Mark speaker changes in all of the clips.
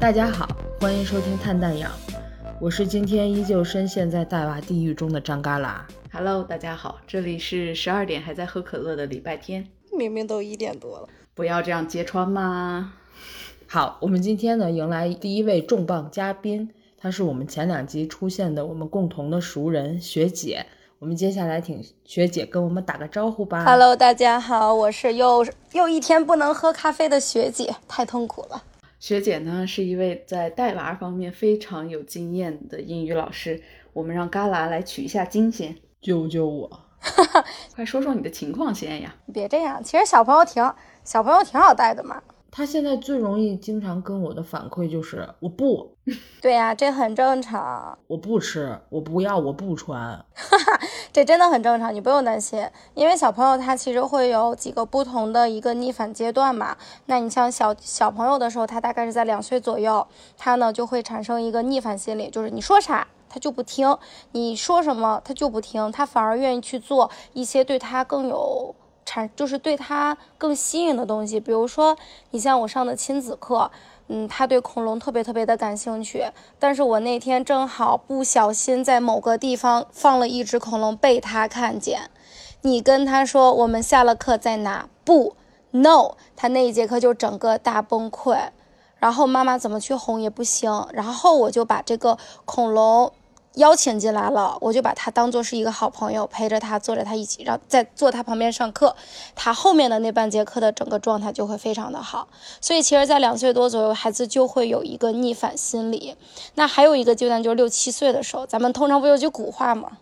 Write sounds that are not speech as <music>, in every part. Speaker 1: 大家好，欢迎收听《探蛋养》，我是今天依旧深陷在带娃地狱中的张嘎啦。
Speaker 2: Hello，大家好，这里是十二点还在喝可乐的礼拜天，
Speaker 3: 明明都一点多了，
Speaker 2: 不要这样揭穿嘛。
Speaker 1: 好，我们今天呢迎来第一位重磅嘉宾，她是我们前两集出现的我们共同的熟人学姐。我们接下来请学姐跟我们打个招呼吧。
Speaker 3: Hello，大家好，我是又又一天不能喝咖啡的学姐，太痛苦了。
Speaker 2: 学姐呢是一位在带娃方面非常有经验的英语老师，我们让嘎啦来取一下经先，
Speaker 1: 救救我！
Speaker 2: 快说说你的情况先呀。
Speaker 3: 你别这样，其实小朋友挺小朋友挺好带的嘛。
Speaker 1: 她现在最容易经常跟我的反馈就是我不，
Speaker 3: 对呀、这很正常，
Speaker 1: 我不吃，我不要，我不穿。
Speaker 3: 这真的很正常，你不用担心，因为小朋友他其实会有几个不同的一个逆反阶段嘛。那你像小小朋友的时候，他大概是在两岁左右，他呢就会产生一个逆反心理，就是你说啥。他就不听，你说什么他就不听，他反而愿意去做一些对他更有产，就是对他更吸引的东西。比如说，你像我上的亲子课，嗯，他对恐龙特别特别的感兴趣，但是我那天正好不小心在某个地方放了一只恐龙，被他看见。你跟他说我们下了课再拿，不，no，他那一节课就整个大崩溃。然后妈妈怎么去哄也不行，然后我就把这个恐龙邀请进来了，我就把他当做是一个好朋友，陪着他，坐着他一起，让在坐他旁边上课。他后面的那半节课的整个状态就会非常的好。所以其实，在两岁多左右，孩子就会有一个逆反心理。那还有一个阶段就是六七岁的时候，咱们通常不有句古话吗？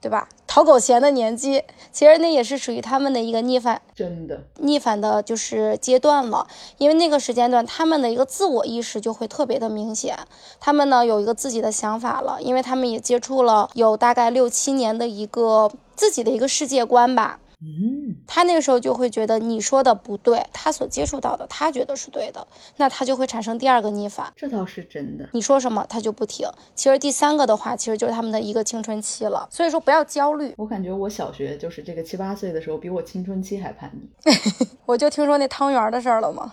Speaker 3: 对吧？讨狗嫌的年纪，其实那也是属于他们的一个逆反
Speaker 2: 真的，
Speaker 3: 逆反的就是阶段了，因为那个时间段他们的一个自我意识就会特别的明显，他们呢有一个自己的想法了，因为他们也接触了有大概六七年的一个自己的一个世界观吧，
Speaker 1: 嗯，
Speaker 3: 他那个时候就会觉得你说的不对，他所接触到的他觉得是对的，那他就会产生第二个逆反。
Speaker 2: 这倒是真的。
Speaker 3: 你说什么他就不听。其实第三个的话，其实就是他们的一个青春期了，所以说不要焦虑。
Speaker 2: 我感觉我小学就是这个七八岁的时候，比我青春期还叛逆。
Speaker 3: 我就听说那汤圆儿的事儿了吗？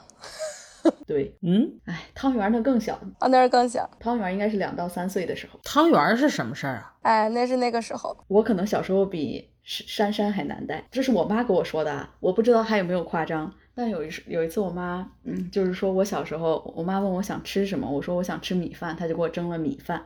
Speaker 2: 对，
Speaker 1: 嗯，
Speaker 2: 哎，汤圆儿那更小，
Speaker 3: 啊，那是更小，
Speaker 2: 汤圆儿应该是两到三岁的时候，
Speaker 1: 汤圆儿是什么事儿啊？
Speaker 3: 哎，那是那个时候。
Speaker 2: 我可能小时候比珊珊还难带，这是我妈给我说的，啊，我不知道她有没有夸张。但有一时有一次，我妈，嗯，就是说我小时候，我妈问我想吃什么，我说我想吃米饭，她就给我蒸了米饭，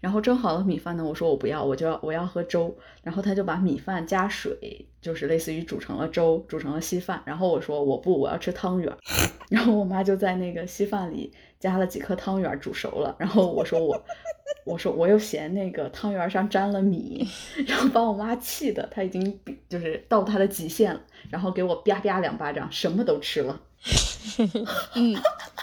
Speaker 2: 然后蒸好了米饭呢，我说我不要，我就要我要喝粥，然后她就把米饭加水，就是类似于煮成了粥，煮成了稀饭，然后我说我不，我要吃汤圆儿， <laughs> 然后我妈就在那个稀饭里加了几颗汤圆儿煮熟了，然后我说我，我说我又嫌那个汤圆儿上沾了米，然后把我妈气的，她已经比就是到她的极限了。然后给我啪啪两巴掌，什么都吃了。
Speaker 3: 嗯，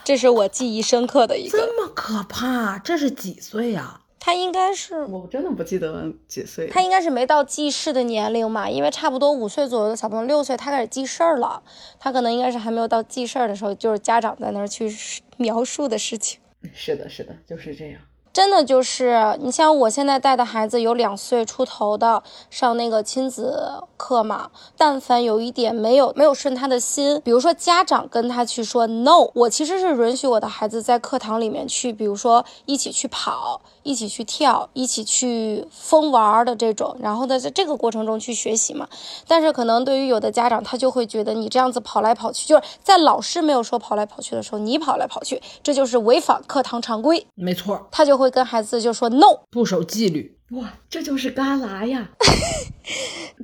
Speaker 3: 这是我记忆深刻的一个。
Speaker 1: 这么可怕？这是几岁啊呀、
Speaker 3: 他应该是，
Speaker 2: 我真的不记得几岁了，
Speaker 3: 他应该是没到记事的年龄嘛，因为差不多五岁左右的小朋友，六岁他开始记事儿了，他可能应该是还没有到记事儿的时候，就是家长在那儿去描述的事情。
Speaker 2: 是的，是的，就是这样。
Speaker 3: 真的就是，你像我现在带的孩子有两岁出头的，上那个亲子课嘛，但凡有一点没有没有顺他的心，比如说家长跟他去说 no，我其实是允许我的孩子在课堂里面去，比如说一起去跑，一起去跳，一起去疯玩儿的这种，然后呢，在这个过程中去学习嘛。但是可能对于有的家长，他就会觉得你这样子跑来跑去，就是在老师没有说跑来跑去的时候，你跑来跑去，这就是违反课堂常规。
Speaker 1: 没错，
Speaker 3: 他就会跟孩子就说 no。
Speaker 1: 不守纪律，
Speaker 2: 哇，这就是旮旯呀！ <laughs>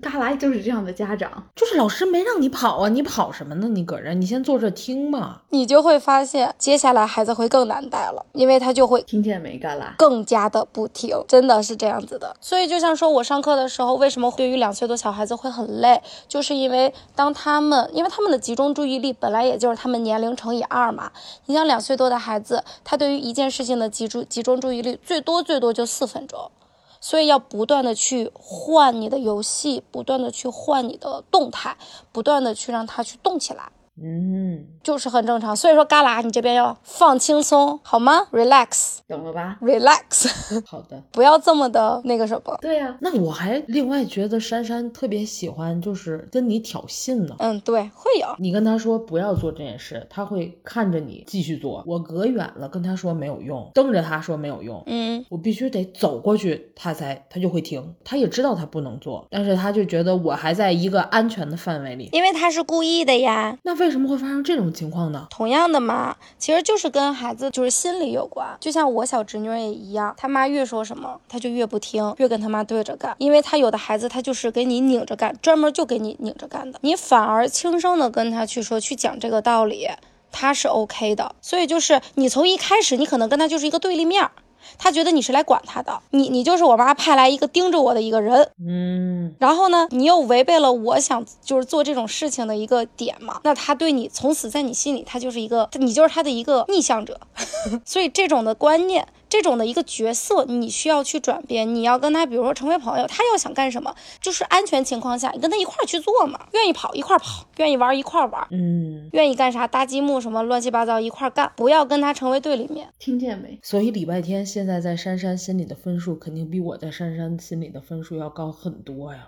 Speaker 2: 旮旯就是这样的家长。
Speaker 1: 就是老师没让你跑啊，你跑什么呢？你搁这儿，你先坐这听嘛。
Speaker 3: 你就会发现，接下来孩子会更难带了，因为他就会
Speaker 2: 听见没，旮旯？
Speaker 3: 更加的不听，真的是这样子的。所以就像说我上课的时候，为什么对于两岁多小孩子会很累，就是因为当他们，因为他们的集中注意力本来也就是他们年龄乘以二嘛。你像两岁多的孩子，他对于一件事情的集中集中注意力最多最多就四分钟。所以要不断的去换你的游戏，不断的去换你的动态，不断的去让他去动起来。
Speaker 1: 嗯，
Speaker 3: 就是很正常。所以说，旮旯你这边要放轻松，好吗？Relax，relax， <laughs>
Speaker 2: 懂了吧？
Speaker 1: 好的。
Speaker 3: 不要这么的那个什么。
Speaker 2: 对呀、
Speaker 1: 那我还另外觉得珊珊特别喜欢，就是跟你挑衅呢。
Speaker 3: 嗯，对，会有。
Speaker 1: 你跟他说不要做这件事，他会看着你继续做。我隔远了跟他说没有用，瞪着他说没有用，
Speaker 3: 嗯，
Speaker 1: 我必须得走过去，他才他就会停。他也知道他不能做，但是他就觉得我还在一个安全的范围里。
Speaker 3: 因为他是故意的呀。
Speaker 1: 那为什么会发生这种情况呢？
Speaker 3: 同样的嘛，其实就是跟孩子就是心理有关。就像我小侄女也一样，她妈越说什么，她就越不听，越跟她妈对着干。因为她有的孩子，她就是给你拧着干，专门就给你拧着干的，你反而轻声的跟她去说，去讲这个道理，她是 OK 的。所以就是你从一开始，你可能跟她就是一个对立面儿。她觉得你是来管她的，你你就是我妈派来一个盯着我的一个人，
Speaker 1: 嗯，
Speaker 3: 然后呢，你又违背了我想就是做这种事情的一个点嘛，那他对你从此在你心里，他就是一个，你就是他的一个逆向者， <laughs> 所以这种的观念。这种的一个角色，你需要去转变，你要跟他，比如说成为朋友，他要想干什么，就是安全情况下，你跟他一块儿去做嘛，愿意跑一块儿跑，愿意玩一块儿玩，
Speaker 1: 嗯，
Speaker 3: 愿意干啥搭积木什么乱七八糟一块儿干，不要跟他成为对立面。
Speaker 2: 听见没？
Speaker 1: 所以礼拜天现在在珊珊心里的分数肯定比我在珊珊心里的分数要高很多呀。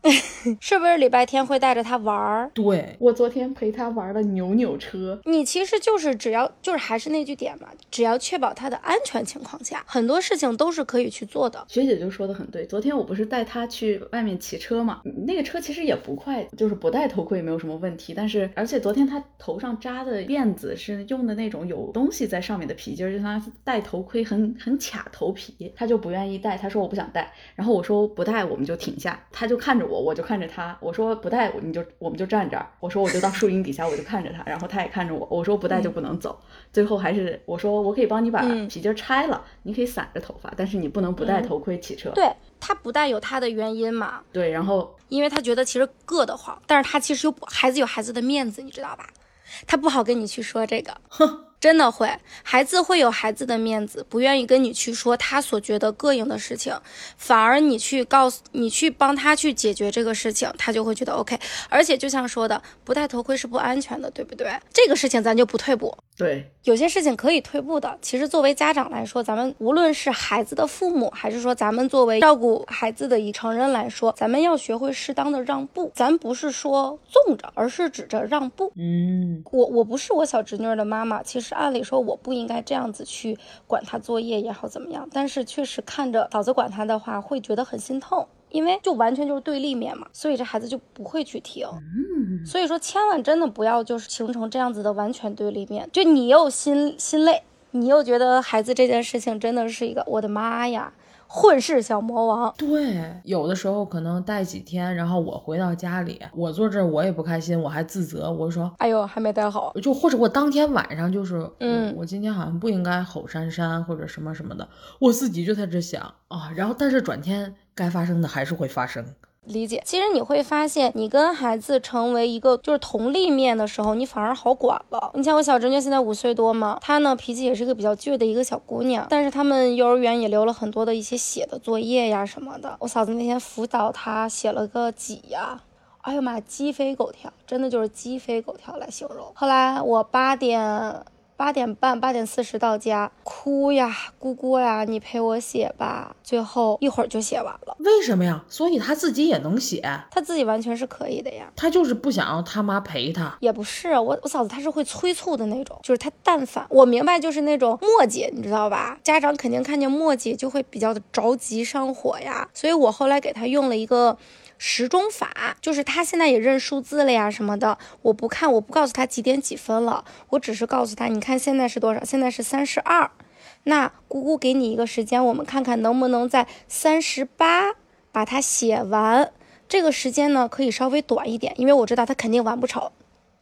Speaker 3: 是不是礼拜天会带着他玩儿？
Speaker 1: 对，
Speaker 2: 我昨天陪他玩了扭扭车，
Speaker 3: 你其实就是只要就是还是那句点嘛，只要确保他的安全情况下，很多事情都是可以去做的。
Speaker 2: 学姐就说的很对。昨天我不是带他去外面骑车嘛，那个车其实也不快，就是不戴头盔也没有什么问题。但是，而且昨天他头上扎的辫子是用的那种有东西在上面的皮筋儿，就像他戴头盔很很卡头皮，他就不愿意戴，他说我不想戴。然后我说不戴我们就停下，他就看着我，我就看着他。我说不戴我你就我们就站这儿，我说我就到树荫底下我就看着他，然后他也看着我，我说不戴就不能走。最后还是我说我可以帮你把
Speaker 3: 嗯
Speaker 2: 皮筋儿拆了，你可以散着头发，但是你不能不戴头盔骑车。
Speaker 3: 对他不带有他的原因嘛，
Speaker 2: 对，然后
Speaker 3: 因为他觉得其实硌得慌，但是他其实又不孩子有孩子的面子，你知道吧？他不好跟你去说这个，真的会，孩子会有孩子的面子，不愿意跟你去说他所觉得膈应的事情，反而你去告诉你去帮他去解决这个事情，他就会觉得 OK。而且就像说的，不戴头盔是不安全的，对不对？这个事情咱就不退步。
Speaker 2: 对
Speaker 3: 有些事情可以退步的。其实作为家长来说，咱们无论是孩子的父母，还是说咱们作为照顾孩子的一成人来说，咱们要学会适当的让步。咱不是说纵着，而是指着让步。
Speaker 1: 嗯，
Speaker 3: 我我不是我小侄女儿的妈妈，其实按理说我不应该这样子去管她作业也好怎么样，但是确实看着嫂子管她的话，会觉得很心痛，因为就完全就是对立面嘛，所以这孩子就不会去听。所以说，千万真的不要就是形成这样子的完全对立面，就你又心心累，你又觉得孩子这件事情真的是一个我的妈呀，混世小魔王。
Speaker 1: 对，有的时候可能带几天，然后我回到家里，我坐这儿我也不开心，我还自责，我说。
Speaker 3: 哎呦，还没带好，
Speaker 1: 就或者我当天晚上就是，
Speaker 3: 嗯
Speaker 1: 我我今天好像不应该吼珊珊或者什么什么的，我自己就在这想啊，然后但是转天该发生的还是会发生，
Speaker 3: 理解。其实你会发现，你跟孩子成为一个就是同立面的时候，你反而好管了。你像我小侄女现在五岁多嘛，她呢脾气也是个比较倔的一个小姑娘，但是他们幼儿园也留了很多的一些写的作业呀什么的。我嫂子那天辅导她写了个几呀、哎呦妈，鸡飞狗跳，真的就是鸡飞狗跳来形容。后来我八点八点半、八点四十到家，哭呀，姑姑呀，你陪我写吧。最后一会儿就写完了，
Speaker 1: 为什么呀？所以他自己也能写，
Speaker 3: 她自己完全是可以的呀。
Speaker 1: 他就是不想让他妈陪他，
Speaker 3: 也不是我，我嫂子她是会催促的那种，就是她但凡我明白就是那种墨迹，你知道吧？家长肯定看见墨迹就会比较的着急上火呀，所以我后来给她用了一个。时钟法就是她现在也认数字了呀，什么的，我不看，我不告诉她几点几分了，我只是告诉她，你看现在是多少？现在是三十二，那姑姑给你一个时间，我们看看能不能在三十八把它写完。这个时间呢，可以稍微短一点，因为我知道他肯定完不成。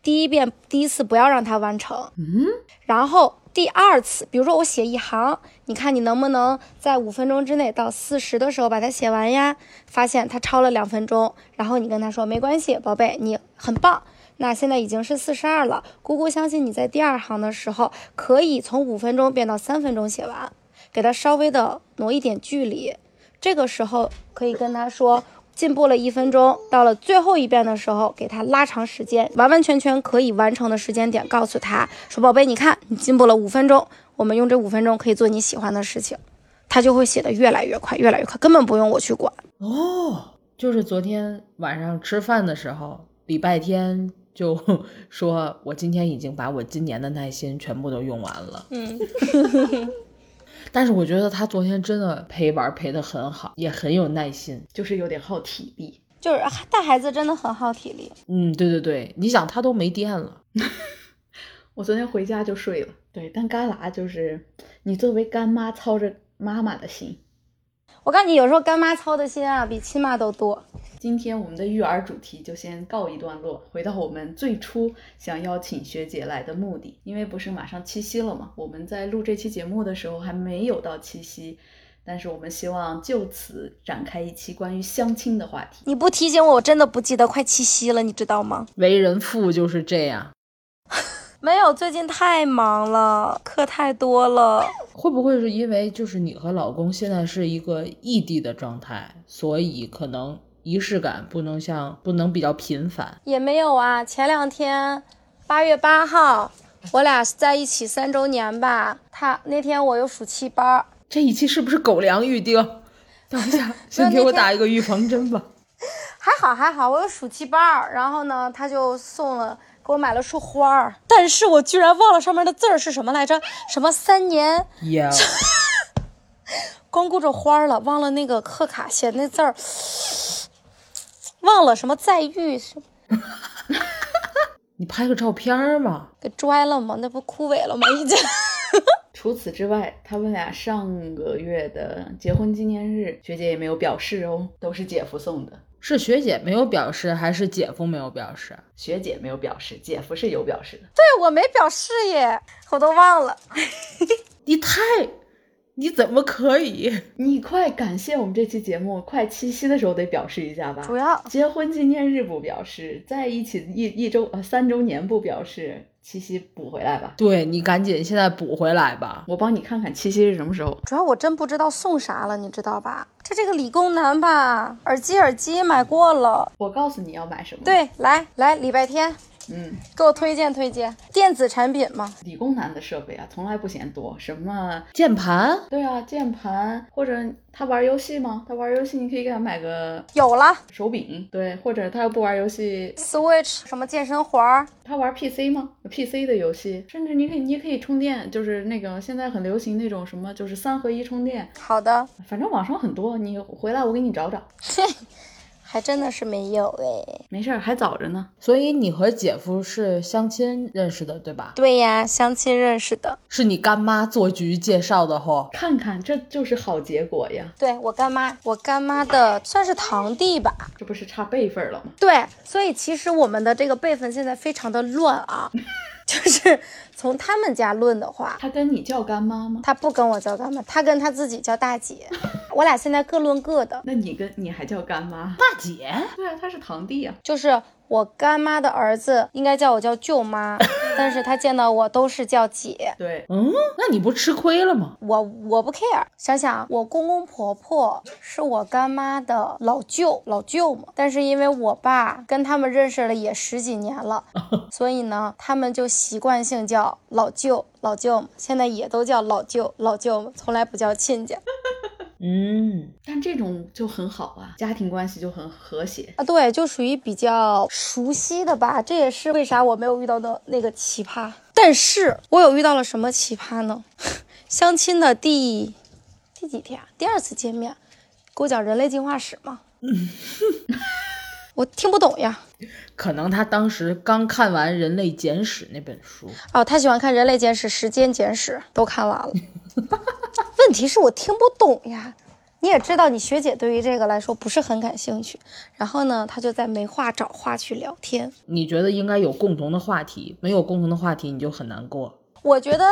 Speaker 3: 第一遍、第一次不要让他完成，嗯，然后第二次，比如说我写一行，你看你能不能在五分钟之内到四十的时候把它写完呀？发现他超了两分钟，然后你跟他说没关系，宝贝，你很棒。那现在已经是四十二了，姑姑相信你在第二行的时候可以从五分钟变到三分钟写完，给他稍微的挪一点距离。这个时候可以跟他说，进步了一分钟，到了最后一遍的时候，给他拉长时间，完完全全可以完成的时间点，告诉他说：“宝贝，你看，你进步了五分钟，我们用这五分钟可以做你喜欢的事情。”他就会写的越来越快，越来越快，根本不用我去管。
Speaker 1: 哦，就是昨天晚上吃饭的时候，礼拜天就 <laughs> 说，我今天已经把我今年的耐心全部都用完了。
Speaker 3: 嗯，
Speaker 1: 但是我觉得他昨天真的陪玩陪得很好，也很有耐心。
Speaker 2: 就是有点耗体力。
Speaker 3: 就是啊带孩子真的很耗体力。
Speaker 1: 嗯，对对对，你想他都没电了，
Speaker 2: 我昨天回家就睡了。对，但干拉就是你作为干妈操着妈妈的心。
Speaker 3: 我告诉你，有时候干妈操的心啊，比亲妈都多。
Speaker 2: 今天我们的育儿主题就先告一段落，回到我们最初想邀请学姐来的目的，因为不是马上七夕了嘛，我们在录这期节目的时候还没有到七夕，但是我们希望就此展开一期关于相亲的话题。
Speaker 3: 你不提醒我，我真的不记得快七夕了，你知道吗？
Speaker 1: 为人父就是这样。
Speaker 3: 没有，最近太忙了，课太多了。
Speaker 1: 会不会是因为就是你和老公现在是一个异地的状态，所以可能仪式感不能像不能比较频繁？
Speaker 3: 也没有啊，前两天，八月八号，我俩在一起三周年吧。他那天我又暑期班儿，
Speaker 1: 这一期是不是狗粮预定？等一 <laughs> 下，先给我打一个预防针吧。
Speaker 3: 还好还好，我有暑期班儿。然后呢，他就送了给我买了束花儿，但是我居然忘了上面的字儿是什么来着，什么三年
Speaker 1: 呀，
Speaker 3: 光顾着花儿了，忘了那个贺卡写那字儿，忘了什么再遇什么
Speaker 1: <laughs> 你拍个照片儿嘛？
Speaker 3: 给拽了吗？那不枯萎了吗？已经。
Speaker 2: 除此之外，他们俩上个月的结婚纪念日，学姐也没有表示哦，都是姐夫送的。
Speaker 1: 是学姐没有表示，还是姐夫没有表示？
Speaker 2: 学姐没有表示，姐夫是有表示的。
Speaker 3: <laughs> 对我没表示耶，我都忘了。
Speaker 1: 你太，你怎么可以？
Speaker 2: 你快感谢我们这期节目，快七夕的时候得表示一下吧。
Speaker 3: 主要
Speaker 2: 结婚纪念日不表示，在一起一一周呃三周年不表示，七夕补回来吧。
Speaker 1: 对你赶紧现在补回来吧。
Speaker 2: 我帮你看看七夕是什么时候。
Speaker 3: 主要我真不知道送啥了，你知道吧？这这个理工男吧，耳机耳机买过了。
Speaker 2: 我告诉你要买什么。，
Speaker 3: 对，来来，礼拜天
Speaker 2: 嗯，
Speaker 3: 给我推荐推荐电子产品嘛。
Speaker 2: 理工男的设备啊，从来不嫌多。什么？
Speaker 1: 键盘，
Speaker 2: 对啊，键盘，或者他玩游戏吗？他玩游戏，你可以给他买个
Speaker 3: 有了
Speaker 2: 手柄。对，或者他要不玩游戏，
Speaker 3: Switch 什么健身环儿，
Speaker 2: 他玩 PC 吗？PC 的游戏，甚至你可以，你可以充电，就是那个现在很流行那种什么，就是三合一充电，
Speaker 3: 好的，
Speaker 2: 反正网上很多，你回来我给你找找，
Speaker 3: 还真的是没有哎。
Speaker 2: 没事儿，还早着呢。
Speaker 1: 所以你和姐夫是相亲认识的，对吧？
Speaker 3: 对呀，相亲认识的，
Speaker 1: 是你干妈做局介绍的吼。
Speaker 2: 看看，这就是好结果呀，
Speaker 3: 对我干妈，我干妈的算是堂弟吧。
Speaker 2: 这不是差辈分了吗？
Speaker 3: 对，所以其实我们的这个辈分现在非常的乱啊， <laughs> 就是从他们家论的话，
Speaker 2: 他跟你叫干妈吗？
Speaker 3: 他不跟我叫干妈，他跟他自己叫大姐，我俩现在各论各的，
Speaker 2: 那你跟你还叫干妈？ <laughs>
Speaker 1: 大姐，
Speaker 2: 对啊，他是堂弟呀、
Speaker 3: 就是我干妈的儿子应该叫我叫舅妈，但是他见到我都是叫姐。
Speaker 2: 对，
Speaker 1: 嗯，那你不吃亏了吗？
Speaker 3: 我我不 care，想想我公公婆婆是我干妈的老舅老舅嘛，但是因为我爸跟他们认识了也十几年了，所以呢，他们就习惯性叫老舅老舅嘛，现在也都叫老舅老舅嘛，从来不叫亲家
Speaker 1: 嗯，
Speaker 2: 但这种就很好啊，家庭关系就很和谐。
Speaker 3: 啊。对，就属于比较熟悉的吧，这也是为啥我没有遇到的那个奇葩。但是我有遇到了什么奇葩呢？ <laughs> 相亲的第第几天啊？第二次见面，给我讲人类进化史嘛。 <laughs> 我听不懂呀。
Speaker 1: 可能他当时刚看完《人类简史》那本书，
Speaker 3: 哦，他喜欢看《人类简史》《时间简史》，都看完了。问题是我听不懂呀。你也知道，你学姐对于这个来说不是很感兴趣。然后呢，她就在没话找话去聊天。
Speaker 1: 你觉得应该有共同的话题，没有共同的话题你就很难过。
Speaker 3: 我觉得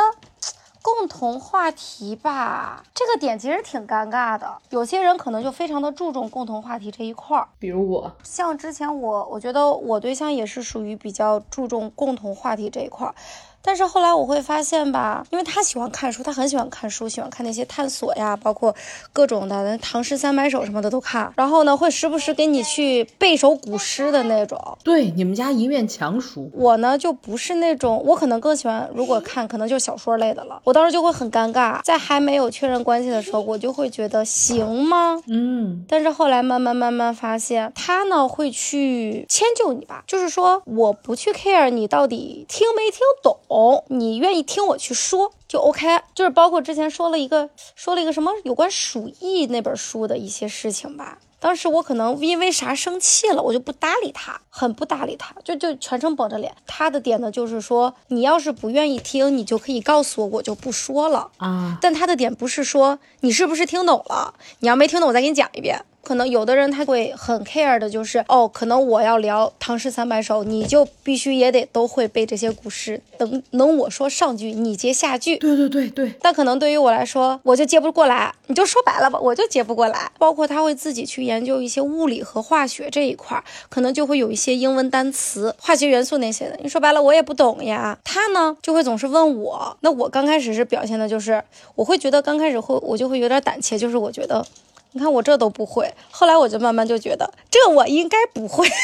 Speaker 3: 共同话题吧，这个点其实挺尴尬的。有些人可能就非常的注重共同话题这一块儿。
Speaker 2: 比如我，
Speaker 3: 像之前我，我觉得我对象也是属于比较注重共同话题这一块儿，但是后来我会发现吧，因为他喜欢看书，他很喜欢看书，喜欢看那些探索呀，包括各种的《唐诗三百首》什么的都看。然后呢，会时不时给你去背首古诗的那种。
Speaker 1: 对，你们家一面墙书，
Speaker 3: 我呢就不是那种，我可能更喜欢，如果看可能就是小说类的了。我当时就会很尴尬，在还没有确认关系的时候，我就会觉得行吗？
Speaker 1: 嗯，
Speaker 3: 但是后来慢慢慢慢发现，他呢会去迁就你吧，就是说我不去 care 你到底听没听懂，你愿意听我去说就 OK。就是包括之前说了一个说了一个什么有关《鼠疫》那本书的一些事情吧。当时我可能因为啥生气了，我就不搭理他，很不搭理他，就就全程绷着脸。他的点呢，就是说你要是不愿意听，你就可以告诉我，我就不说了。
Speaker 1: 啊，
Speaker 3: 但他的点不是说你是不是听懂了，你要没听懂，我再给你讲一遍。可能有的人他会很 care 的，就是哦，可能我要聊《唐诗三百首》，你就必须也得都会背这些古诗。能能我说上句，你接下句。
Speaker 1: 对对对对，
Speaker 3: 但可能对于我来说，我就接不过来。你就说白了吧，我就接不过来。包括他会自己去研究一些物理和化学这一块儿，可能就会有一些英文单词、化学元素那些的。你说白了，我也不懂呀。他呢，就会总是问我。那我刚开始是表现的就是，我会觉得刚开始会，我就会有点胆怯，就是我觉得，你看我这都不会。后来我就慢慢就觉得，这我应该不会。 <laughs>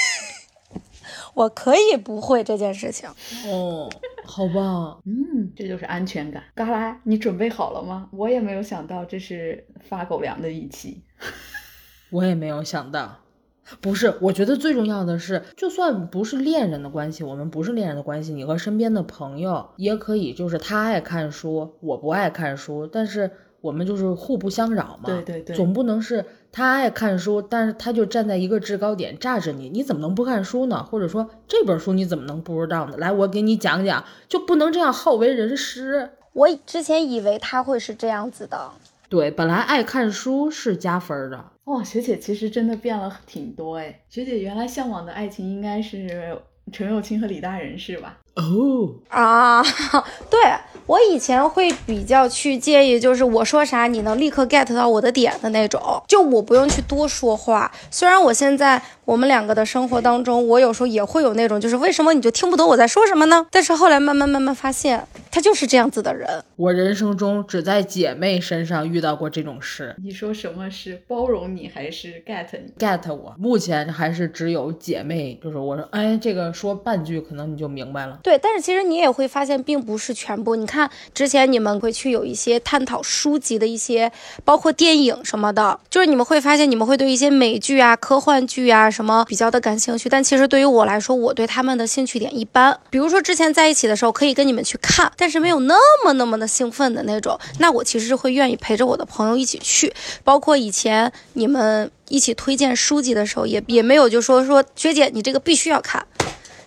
Speaker 3: 我可以不会这件事情，
Speaker 1: 哦，好吧，
Speaker 2: 嗯，这就是安全感。嘎啦，你准备好了吗？我也没有想到这是发狗粮的一期。
Speaker 1: 我也没有想到。不是，我觉得最重要的是，就算不是恋人的关系，我们不是恋人的关系，你和身边的朋友也可以，就是他爱看书，我不爱看书，但是我们就是互不相扰嘛。
Speaker 2: 对对对
Speaker 1: 总不能是他爱看书，但是他就站在一个制高点炸着你，你怎么能不看书呢？或者说这本书你怎么能不知道呢？来，我给你讲讲，就不能这样好为人师。
Speaker 3: 我之前以为他会是这样子的，
Speaker 1: 对，本来爱看书是加分儿的，
Speaker 2: 哇、学姐其实真的变了挺多哎。学姐原来向往的爱情应该是陈友清和李大人是吧？
Speaker 1: 哦，
Speaker 3: 啊， <laughs> 对我以前会比较去介意，就是我说啥你能立刻 get 到我的点的那种，就我不用去多说话。虽然我现在我们两个的生活当中，我有时候也会有那种，就是为什么你就听不懂我在说什么呢？但是后来慢慢慢慢发现，他就是这样子的人。
Speaker 1: 我人生中只在姐妹身上遇到过这种事。
Speaker 2: 你说什么是包容你还是 get 你？
Speaker 1: get 我。目前还是只有姐妹，就是我说，哎，这个说半句可能你就明白了。
Speaker 3: 对，但是其实你也会发现，并不是全部。你看之前你们会去有一些探讨书籍的一些，包括电影什么的，就是你们会发现，你们会对一些美剧啊、科幻剧啊什么比较的感兴趣。但其实对于我来说，我对他们的兴趣点一般。比如说之前在一起的时候，可以跟你们去看，但是没有那么那么的兴奋的那种。那我其实是会愿意陪着我的朋友一起去，包括以前你们一起推荐书籍的时候，也也没有就说说学姐你这个必须要看。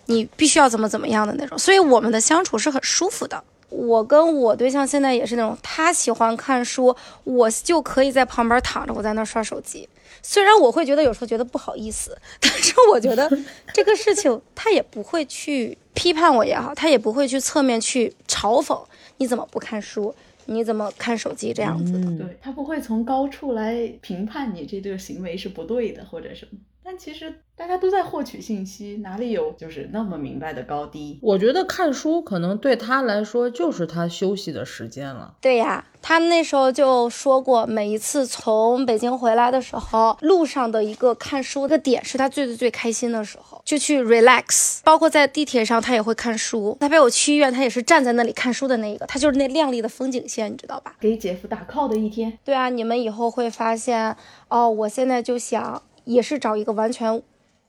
Speaker 3: 你必须要怎么怎么样的那种，所以我们的相处是很舒服的。我跟我对象现在也是那种，他喜欢看书，我就可以在旁边躺着，我在那儿刷手机。虽然我会觉得有时候觉得不好意思， <laughs> 但是我觉得这个事情他也不会去批判我也好，他也不会去侧面去嘲讽你怎么不看书，你怎么看手机这样子的。
Speaker 1: 嗯，
Speaker 2: 对他不会从高处来评判你这个行为是不对的或者什么。但其实大家都在获取信息，哪里有就是那么明白的高低？
Speaker 1: 我觉得看书可能对他来说就是他休息的时间了。
Speaker 3: 对呀，他那时候就说过，每一次从北京回来的时候，路上的一个看书的点是他最最最开心的时候，就去 relax。包括在地铁上，他也会看书。他陪我去医院，他也是站在那里看书的那一个，他就是那亮丽的风景线，你知道吧？
Speaker 2: 给姐夫打 call 的一天，
Speaker 3: 对啊，你们以后会发现，哦，我现在就想，也是找一个完全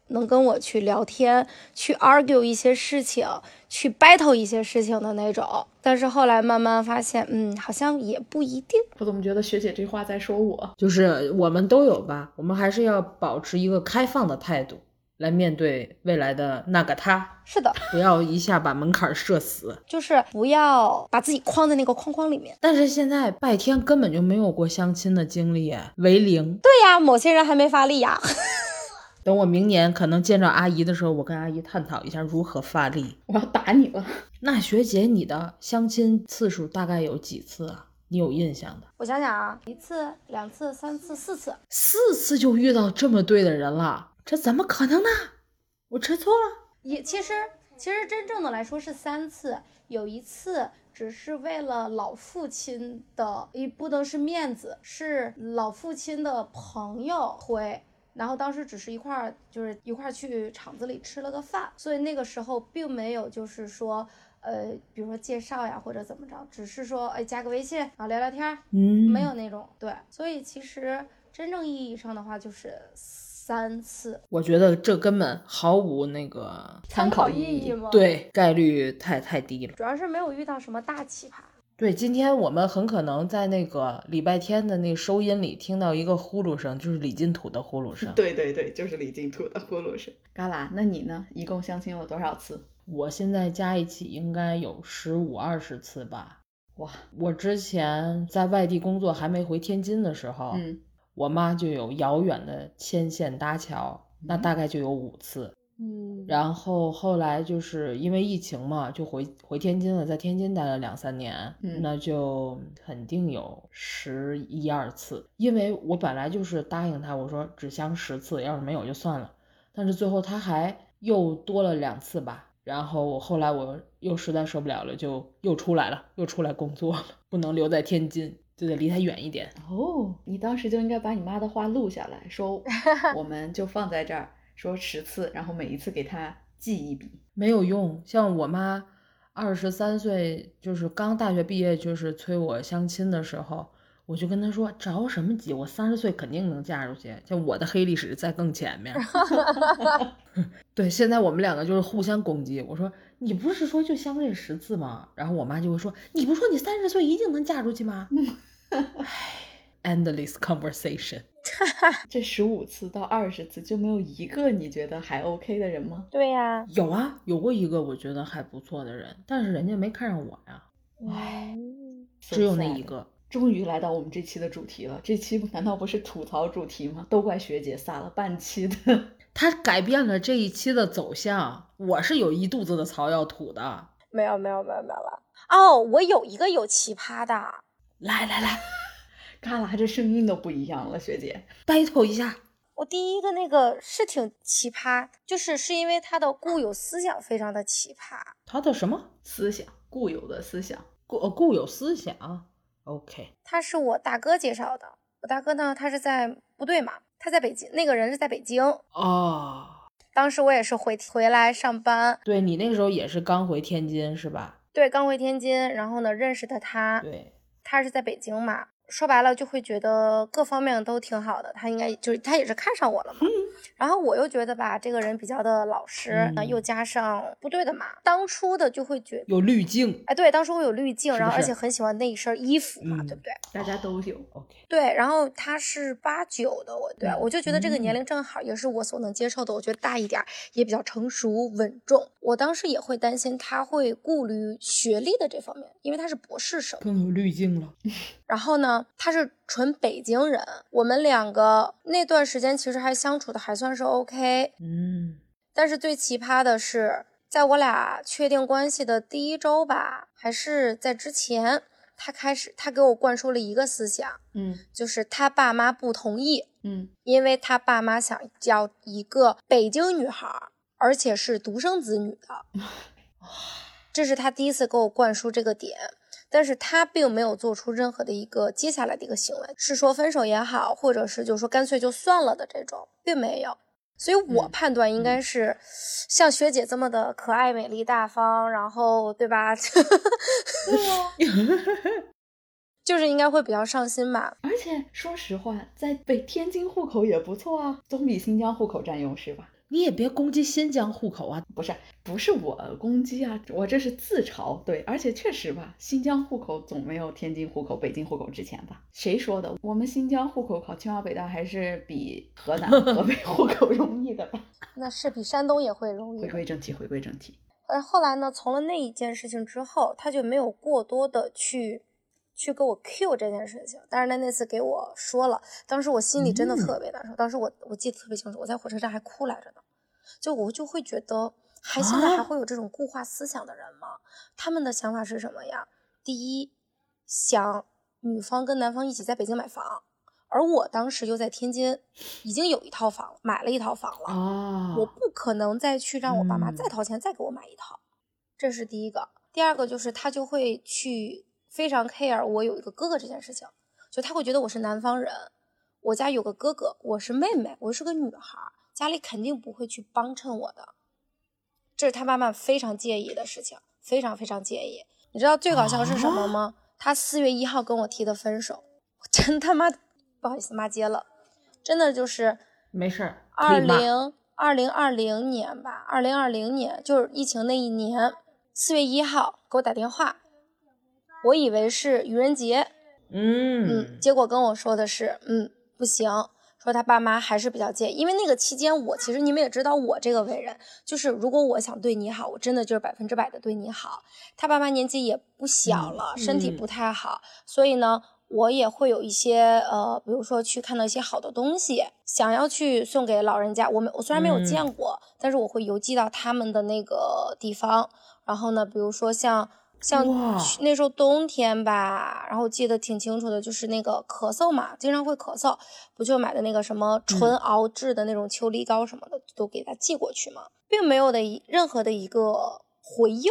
Speaker 3: 能跟我去聊天、去 argue 一些事情、去 battle 一些事情的那种。但是后来慢慢发现，嗯，好像也不一定。
Speaker 2: 我怎么觉得学姐这话在说我？
Speaker 1: 就是我们都有吧，我们还是要保持一个开放的态度来面对未来的那个他，
Speaker 3: 是的，
Speaker 1: 不要一下把门槛设死。
Speaker 3: 就是不要把自己框在那个框框里面。
Speaker 1: 但是现在拜天根本就没有过相亲的经历，哎，为零。
Speaker 3: 对呀，某些人还没发力呀。 <laughs>
Speaker 1: 等我明年可能见着阿姨的时候，我跟阿姨探讨一下如何发力。
Speaker 2: 我要打你了！
Speaker 1: 那学姐，你的相亲次数大概有几次啊？你有印象的？
Speaker 3: 我想想啊，一次、两次、三次、四次，
Speaker 1: 四次就遇到这么对的人了，这怎么可能呢？我吃醋了？
Speaker 3: 也其实其实真正的来说是三次，有一次只是为了老父亲的，也不能是面子，是老父亲的朋友推。然后当时只是一块儿，就是一块儿去厂子里吃了个饭，所以那个时候并没有就是说，呃，比如说介绍呀或者怎么着，只是说哎加个微信，然后聊聊天儿，
Speaker 1: 嗯，
Speaker 3: 没有那种对。所以其实真正意义上的话就是三次，
Speaker 1: 我觉得这根本毫无那个
Speaker 2: 参考
Speaker 3: 意
Speaker 2: 意义。
Speaker 3: 吗？，
Speaker 1: 对概率太太低了。
Speaker 3: 主要是没有遇到什么大奇葩。
Speaker 1: 对，今天我们很可能在那个礼拜天的那收音里听到一个呼噜声，就是李金土的呼噜声。
Speaker 2: <laughs> 对对对，就是李金图的葫芦是。旮旯，啊那你呢？一共相亲有多少次？
Speaker 1: 我现在加一起应该有十五二十次吧。
Speaker 2: 哇，
Speaker 1: 我之前在外地工作还没回天津的时候，
Speaker 2: 嗯，
Speaker 1: 我妈就有遥远的牵线搭桥，那
Speaker 2: 嗯
Speaker 1: 大概就有五次。
Speaker 3: 嗯，
Speaker 1: 然后后来就是因为疫情嘛，就回回天津了，在天津待了两三年，
Speaker 2: 嗯
Speaker 1: 那就肯定有十一二次。因为我本来就是答应他，我说只相十次，要是没有就算了。但是最后他还又多了两次吧。然后我后来我又实在受不了了，就又出来了，又出来工作了，不能留在天津，就得离他远一点。
Speaker 2: 哦，你当时就应该把你妈的话录下来， <laughs> 说我们就放在这儿，说十次，然后每一次给她记一笔。
Speaker 1: 没有用。像我妈二十三岁，就是刚大学毕业，就是催我相亲的时候，我就跟她说着什么急，我三十岁肯定能嫁出去。就我的黑历史在更前面。 <laughs> 对，现在我们两个就是互相攻击。我说你不是说就相这十次吗？然后我妈就会说你不说你三十岁一定能嫁出去吗？唉 endless conversation。
Speaker 2: 这十五次到二十次就没有一个你觉得还 OK 的人吗？
Speaker 3: 对呀、
Speaker 1: 有啊，有过一个我觉得还不错的人，但是人家没看上我呀，
Speaker 2: 唉
Speaker 3: 嗯
Speaker 1: 只有那
Speaker 2: So sad
Speaker 1: 一个。
Speaker 2: 终于来到我们这期的主题了，这期难道不是吐槽主题吗？都怪学姐撒了半期的。 <laughs>
Speaker 1: 它改变了这一期的走向。我是有一肚子的槽要吐的。
Speaker 3: 没有没有没有没有了。哦，我有一个有奇葩的，
Speaker 1: 来来来
Speaker 2: <laughs> 嘎啦，这声音都不一样了，学姐。
Speaker 1: ，battle 一下。
Speaker 3: 我第一个那个是挺奇葩，就是是因为他的固有思想非常的奇葩。
Speaker 1: 他的什么
Speaker 2: 思想固有的思想，
Speaker 1: 固呃固有思想？OK，
Speaker 3: 他是我大哥介绍的，我大哥呢，他是在部队嘛，他在北京，那个人是在北京。
Speaker 1: 哦，
Speaker 3: 当时我也是回回来上班，
Speaker 1: 对你那个时候也是刚回天津是吧？
Speaker 3: 对，刚回天津，然后呢认识的他，
Speaker 1: 对，
Speaker 3: 他是在北京嘛，说白了就会觉得各方面都挺好的，他应该就是他也是看上我
Speaker 1: 嗯
Speaker 3: 了嘛。 <laughs> 然后我又觉得吧，这个人比较的老实，那
Speaker 1: 嗯
Speaker 3: 又加上部队的嘛，当初的就会觉得。
Speaker 1: 有滤镜。
Speaker 3: 哎，对，当时会有滤镜，
Speaker 1: 是
Speaker 3: 然
Speaker 1: 不
Speaker 3: 后而
Speaker 1: 是
Speaker 3: 且很喜欢那一身衣服嘛，
Speaker 1: 嗯
Speaker 3: 对不对？
Speaker 2: 大家都有。
Speaker 1: OK，
Speaker 3: 对，然后他是八九的，我对、
Speaker 2: 嗯
Speaker 3: 我就觉得这个年龄正好，也是我所能接受的。我觉得大一点儿也比较成熟稳重。我当时也会担心他会顾虑学历的这方面，因为他是博士生。
Speaker 1: 更有滤镜了。
Speaker 3: 然后呢，他是纯北京人，我们两个那段时间其实还相处的还算是 OK。
Speaker 1: 嗯，
Speaker 3: 但是最奇葩的是，在我俩确定关系的第一周吧，还是在之前，他开始他给我灌输了一个思想，
Speaker 2: 嗯
Speaker 3: 就是他爸妈不同意，
Speaker 2: 嗯，
Speaker 3: 因为他爸妈想要一个北京女孩儿，而且是独生子女的。这是他第一次给我灌输这个点，但是他并没有做出任何的一个接下来的一个行为，是说分手也好，或者是就说干脆就算了的这种，并没有。所以我
Speaker 2: 嗯
Speaker 3: 判断应该是像学姐这么的可爱、美丽、大方，然后对吧？ <laughs> 就是应该会比较上心吧。
Speaker 2: 而且说实话，在北天津户口也不错啊，总比新疆户口占优势吧？
Speaker 1: 你也别攻击新疆户口啊。
Speaker 2: 不是，不是我攻击啊，我这是自嘲。对，而且确实吧，新疆户口总没有天津户口、北京户口值钱吧？谁说的？我们新疆户口考清华北大还是比河 <laughs> 南、河北户口容易的吧？
Speaker 3: 那是比山东也会容易
Speaker 2: <laughs> 回。归正题，回归正题。
Speaker 3: 而呃后来呢，从了那一件事情之后，他就没有过多的去去给我 cue 这件事情。但是他那次给我说了，当时我心里真的
Speaker 1: 嗯
Speaker 3: 特别难受。当时我我记得特别清楚，我在火车站还哭来着呢。就我就会觉得，还现在
Speaker 1: 啊
Speaker 3: 还会有这种固化思想的人吗？他们的想法是什么呀？第一，想女方跟男方一起在北京买房。而我当时又在天津，已经有一套房了，买了一套房了，
Speaker 2: 哦，
Speaker 3: 我不可能再去让我爸妈
Speaker 2: 嗯
Speaker 3: 再掏钱再给我买一套，这是第一个。第二个就是他就会去非常 care 我有一个哥哥这件事情，就他会觉得我是南方人，我家有个哥哥，我是妹妹，我是个女孩儿，家里肯定不会去帮衬我的，这是他妈妈非常介意的事情，非常非常介意。你知道最搞笑是什么吗？他四月一号跟我提的分手， <laughs> 我真他妈不好意思骂街了，真的就是
Speaker 1: 没事儿，可
Speaker 3: 二
Speaker 1: 以骂
Speaker 3: 零二零二零年吧，二零二零年就是疫情那一年，四月一号给我打电话，我以为是愚人节，嗯，
Speaker 1: 嗯
Speaker 3: 结果跟我说的是，嗯，不行，说他爸妈还是比较介意，因为那个期间我其实你们也知道我这个为人，就是如果我想对你好，我真的就是百分之百的对你好。他爸妈年纪也不小了，身体
Speaker 1: 嗯
Speaker 3: 不太好，所以呢。我也会有一些呃，比如说去看到一些好的东西，想要去送给老人家。我没我虽然没有
Speaker 1: 嗯
Speaker 3: 见过，但是我会邮寄到他们的那个地方。然后呢，比如说像像
Speaker 1: 哇
Speaker 3: 去那时候冬天吧，然后记得挺清楚的，就是那个咳嗽嘛，经常会咳嗽，不就买的那个什么纯熬制的那种秋梨膏什么的，都给他寄过去嘛，并没有的一任何的一个回应，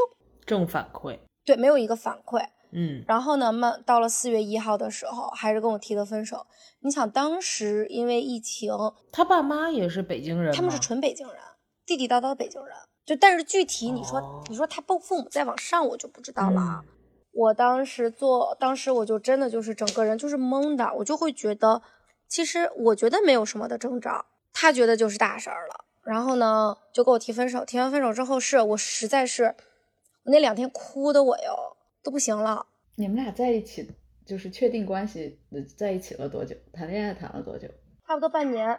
Speaker 1: 正反馈，
Speaker 3: 对，没有一个反馈。
Speaker 1: 嗯
Speaker 3: 然后呢，慢到了四月一号的时候，还是跟我提的分手。你想，当时因为疫情，
Speaker 1: 他爸妈也是北京人吗，
Speaker 3: 他们是纯北京人，地地道道北京人。就但是具体你说，
Speaker 1: 哦
Speaker 3: 你说他父父母再往上，我就不知道了啊。
Speaker 1: 嗯
Speaker 3: 我当时做，当时我就真的就是整个人就是懵的，我就会觉得，其实我觉得没有什么的征兆，他觉得就是大事儿了。然后呢，就跟我提分手。提完分手之后，是我实在是，我那两天哭的我哟都不行了。
Speaker 2: 你们俩在一起就是确定关系，呃在一起了多久？谈恋爱谈了多久？
Speaker 3: 差不多半年，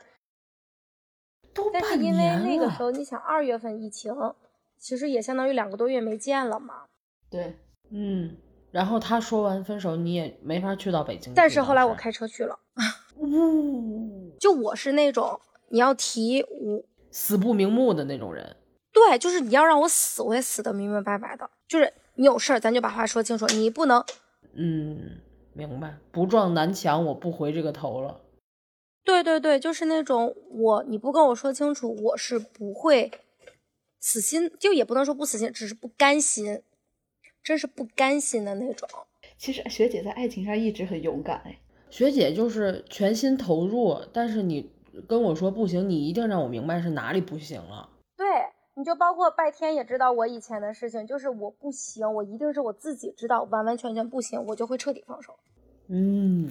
Speaker 1: 都
Speaker 3: 但是
Speaker 1: 半
Speaker 3: 因为
Speaker 1: 年了，
Speaker 3: 那个时候，你想二月份疫情，其实也相当于两个多月没见了嘛。
Speaker 2: 对，
Speaker 1: 嗯。然后他说完分手，你也没法去到北京去。
Speaker 3: 但是后来
Speaker 1: 当
Speaker 3: 我开车去了，
Speaker 1: 呜，
Speaker 3: 就我是那种你要提我，
Speaker 1: 死不瞑目的那种人。
Speaker 3: 对，就是你要让我死，我也死的明明白白的。就是你有事儿，咱就把话说清楚，你不能
Speaker 1: 嗯，明白。不撞南墙，我不回这个头了。
Speaker 3: 对对对，就是那种我你不跟我说清楚，我是不会死心，就也不能说不死心，只是不甘心，真是不甘心的那种。
Speaker 2: 其实学姐在爱情上一直很勇敢哎。
Speaker 1: 学姐就是全心投入，但是你跟我说不行，你一定让我明白是哪里不行了。
Speaker 3: 对，你就包括拜天也知道我以前的事情，就是我不行，我一定是我自己知道完完全全不行，我就会彻底放手。
Speaker 1: 嗯，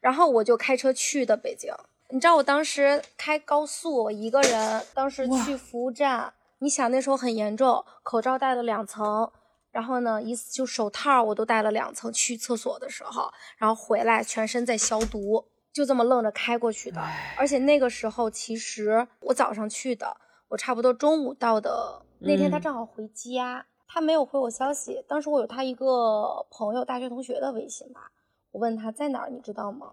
Speaker 3: 然后我就开车去的北京。你知道我当时开高速，我一个人，当时
Speaker 2: 哇
Speaker 3: 去服务站，你想那时候很严重，口罩戴了两层，然后呢，一就手套我都戴了两层，去厕所的时候，然后回来全身在消毒，就这么愣着开过去的。而且那个时候其实我早上去的，我差不多中午到的。那天他
Speaker 1: 嗯
Speaker 3: 正好回家，他没有回我消息。当时我有他一个朋友，大学同学的微信吧，我问他在哪儿，你知道吗？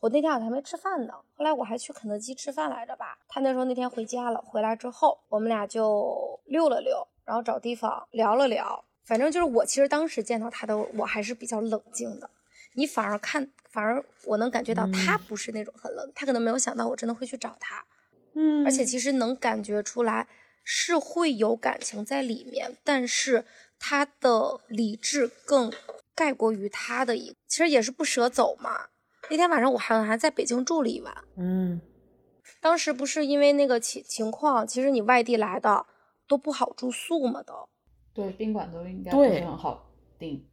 Speaker 3: 我那天好像还没吃饭呢，后来我还去肯德基吃饭来着吧。他那时候那天回家了，回来之后我们俩就溜了溜，然后找地方聊了聊。反正就是我其实当时见到他的我还是比较冷静的，你反而看，反而我能感觉到
Speaker 1: 嗯
Speaker 3: 他不是那种很冷，他可能没有想到我真的会去找他，
Speaker 1: 嗯
Speaker 3: 而且其实能感觉出来是会有感情在里面，但是他的理智更盖过于他的一，其实也是不舍走嘛。那天晚上我好像还在北京住了一晚，
Speaker 1: 嗯，
Speaker 3: 当时不是因为那个情情况，其实你外地来的都不好住宿嘛都。
Speaker 2: 对，宾馆都应该不
Speaker 1: 对
Speaker 2: 是很好订。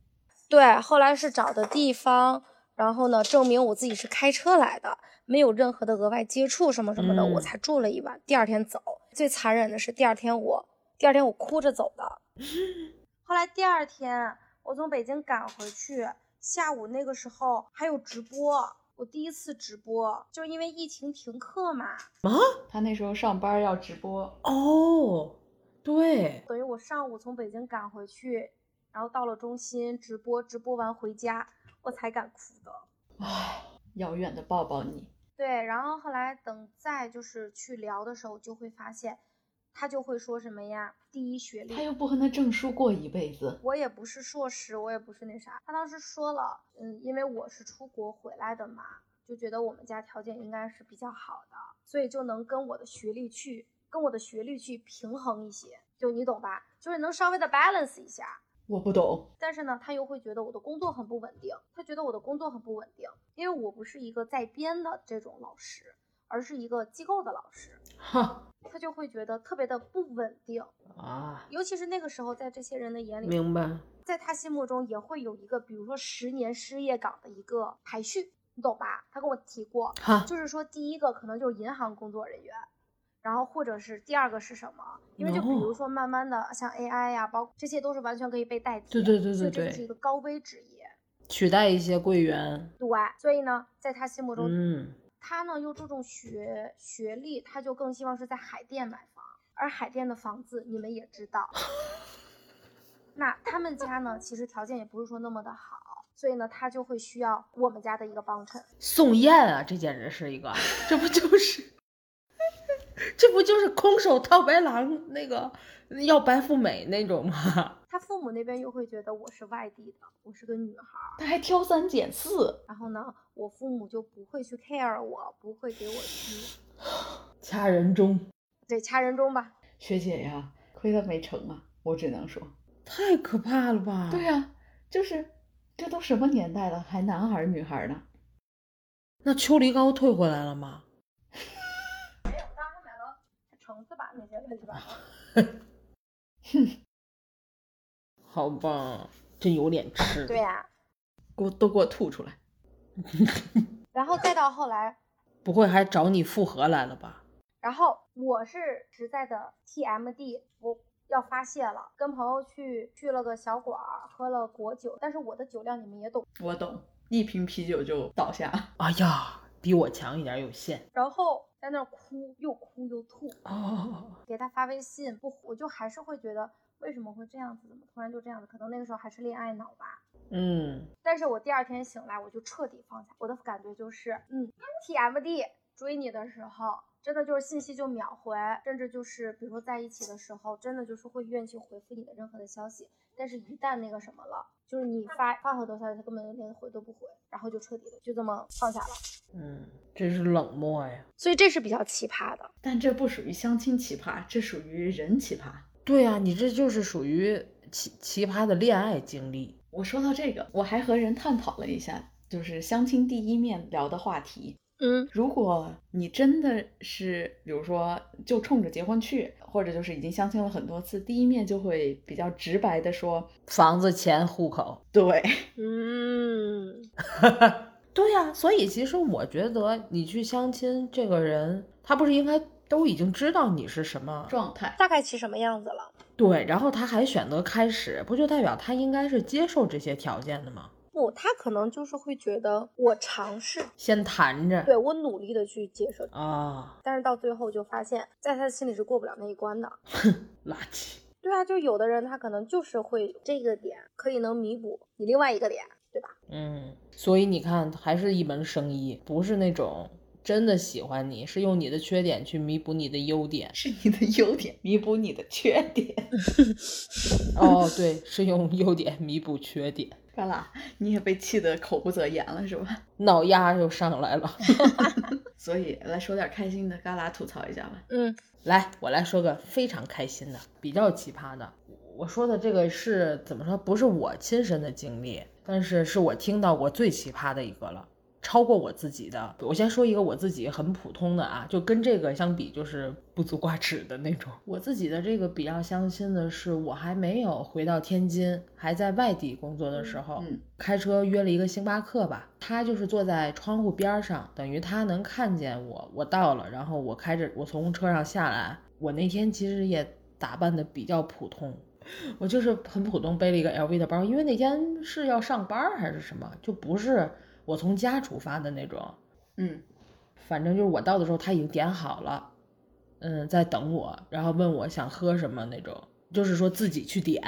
Speaker 3: 对，后来是找的地方，然后呢，证明我自己是开车来的，没有任何的额外接触什么什么的，我
Speaker 1: 嗯
Speaker 3: 才住了一晚。第二天走，最残忍的是第二天我，第二天我哭着走的。 <laughs> 后来第二天我从北京赶回去，下午那个时候还有直播，我第一次直播，就是因为疫情停课嘛，
Speaker 2: 她那时候上班要直播，
Speaker 1: 哦，对，
Speaker 3: 等于我上午从北京赶回去，然后到了中心直播，直播完回家，我才敢哭的。
Speaker 2: 遥远的抱抱你。
Speaker 3: 对，然后后来等再就是去聊的时候，就会发现，他就会说什么呀，第一学
Speaker 2: 她
Speaker 3: 历，
Speaker 2: 又不和那证书过一辈子。
Speaker 3: 我也不是硕士，我也不是那啥。他当时说了，嗯，因为我是出国回来的嘛，就觉得我们家条件应该是比较好的，所以就能跟我的学历去跟我的学历去平衡一些，就你懂吧？就是能稍微的 balance 一下。
Speaker 2: 我不懂，
Speaker 3: 但是呢，他又会觉得我的工作很不稳定，他觉得我的工作很不稳定，因为我不是一个在编的这种老师，而是一个机构的老师，
Speaker 1: 哈
Speaker 3: 他就会觉得特别的不稳定。
Speaker 1: 啊，
Speaker 3: 尤其是那个时候，在这些人的眼里，
Speaker 1: 明白。
Speaker 3: 在他心目中也会有一个，比如说十年失业岗的一个排序，你懂吧？他跟我提过，
Speaker 1: 哈，
Speaker 3: 就是说第一个可能就是银行工作人员，然后或者是第二个是什么？因为就比
Speaker 1: 哦
Speaker 3: 如说慢慢的像 AI 呀、包括这些都是完全可以被代替的，
Speaker 1: 对对对
Speaker 3: 所以
Speaker 1: 对对
Speaker 3: 这就是一个高危职业。
Speaker 1: 取代一些柜员，
Speaker 3: 对，所以呢，在他心目中，
Speaker 1: 嗯，
Speaker 3: 他呢又注重学学历，他就更希望是在海淀买房，而海淀的房子你们也知道，那他们家呢其实条件也不是说那么的好，所以呢他就会需要我们家的一个帮衬。
Speaker 1: 宋焰啊，这简直是一个，这不就是，这不就是空手套白狼那个要白富美那种吗？
Speaker 3: 他父母那边又会觉得我是外地的，我是个女孩儿，
Speaker 2: 他还挑三拣四，
Speaker 3: 然后呢我父母就不会去 care 我，不会给我去
Speaker 1: 掐人中，
Speaker 3: 对掐人中吧，
Speaker 2: 学姐呀，亏他没成啊，我只能说，
Speaker 1: 太可怕了吧？
Speaker 2: 对啊呀、就是这都什么年代了，还男孩儿女孩儿呢？
Speaker 1: 那秋梨膏退回来了吗？
Speaker 3: 当时买了橙子吧那些乱七八糟。
Speaker 1: 好吧，真有脸吃。
Speaker 3: 对，啊呀、
Speaker 2: 给我都给我吐出来！
Speaker 3: 然后再到后来，
Speaker 1: 不会还找你复合来了吧？
Speaker 3: 然后我是实在的 TMD，我要发泄了，跟朋友去去了个小馆儿，喝了果酒，但是我的酒量你们也懂。
Speaker 2: 我懂，一瓶啤酒就倒下， <laughs>
Speaker 1: 哎呀，比我强一点有限。
Speaker 3: 然后在那儿哭，又哭又吐，
Speaker 1: 哦，
Speaker 3: 给他发微信不，我就还是会觉得为什么会这样子，怎么突然就这样子？可能那个时候还是恋爱脑吧。
Speaker 1: <laughs> 嗯，
Speaker 3: 但是我第二天醒来，我就彻底放下。我的感觉就是，嗯，TMD 追你的时候，真的就是信息就秒回，甚至就是比如说在一起的时候，真的就是会愿意去回复你的任何的消息。但是，一旦那个什么了，就是你发发好多消息，他根本连回都不回，然后就彻底的就这么放下了。
Speaker 1: 嗯，真是冷漠呀。
Speaker 3: 所以这是比较奇葩的。
Speaker 2: 但这不属于相亲奇葩，这属于人奇葩。
Speaker 1: 对呀、你这就是属于奇奇葩的恋爱经历。
Speaker 2: 我说到这个，我还和人探讨了一下，就是相亲第一面聊的话题。
Speaker 3: 嗯，
Speaker 2: 如果你真的是，比如说就冲着结婚去，或者就是已经相亲了很多次，第一面就会比较直白的说，
Speaker 1: 房子、钱、户口。
Speaker 2: 对，
Speaker 3: 嗯，
Speaker 1: 对呀、所以其实我觉得你去相亲，这个人他不是应该都已经知道你是什么
Speaker 2: 状态。
Speaker 3: 大概其什么样子了？
Speaker 1: 对，然后他还选择开始，不就代表他应该是接受这些条件的吗？
Speaker 3: 不，他可能就是会觉得我尝试，
Speaker 1: 先谈着。
Speaker 3: 对我努力的去接受
Speaker 1: 啊，
Speaker 3: 但是到最后就发现，在他的心里是过不了那一关的。
Speaker 1: 垃圾。
Speaker 3: 对啊，就有的人他可能就是会这个点可以能弥补你另外一个点，对吧？
Speaker 1: 嗯，所以你看，还是一门生意，不是那种真的喜欢你，是用你的缺点去弥补你的优点。
Speaker 2: 是你的优点弥补你的缺点，
Speaker 1: 哦，对，是用优点弥补缺点。
Speaker 2: 干啦，你也被气得口不择言了是吧？ <laughs>
Speaker 1: 脑压又上来了。
Speaker 2: 所以来说点开心的，嘎啦吐槽一下吧。
Speaker 3: 嗯，
Speaker 1: 来，我来说个非常开心的，比较奇葩的。我说的这个是怎么说？不是我亲身的经历，但是是我听到过最奇葩的一个了，超过我自己的。我先说一个我自己很普通的啊，就跟这个相比，就是不足挂齿的那种。我自己的这个比较相亲的是，我还没有回到天津，还在外地工作的时候，
Speaker 2: 嗯，
Speaker 1: 开车约了一个星巴克吧，他就是坐在窗户边儿上，等于他能看见我，我到了，然后我开着，我从车上下来，我那天其实也打扮的比较普通，我就是很普通，背了一个 LV 的包，因为那天是要上班儿还是什么，就不是我从家出发的那种，
Speaker 2: 嗯，
Speaker 1: 反正就是我到的时候他已经点好了，嗯，在等我，然后问我想喝什么那种，就是说自己去点，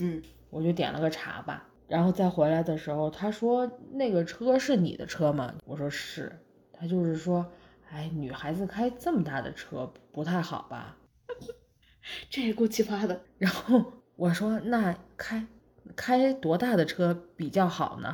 Speaker 2: 嗯，
Speaker 1: 我就点了个茶吧。然后再回来的时候，他说那个车是你的车吗？我说是。他就是说，哎，女孩子开这么大的车不太好吧？
Speaker 2: 这也够奇葩的。
Speaker 1: 然后我说那开开多大的车比较好呢？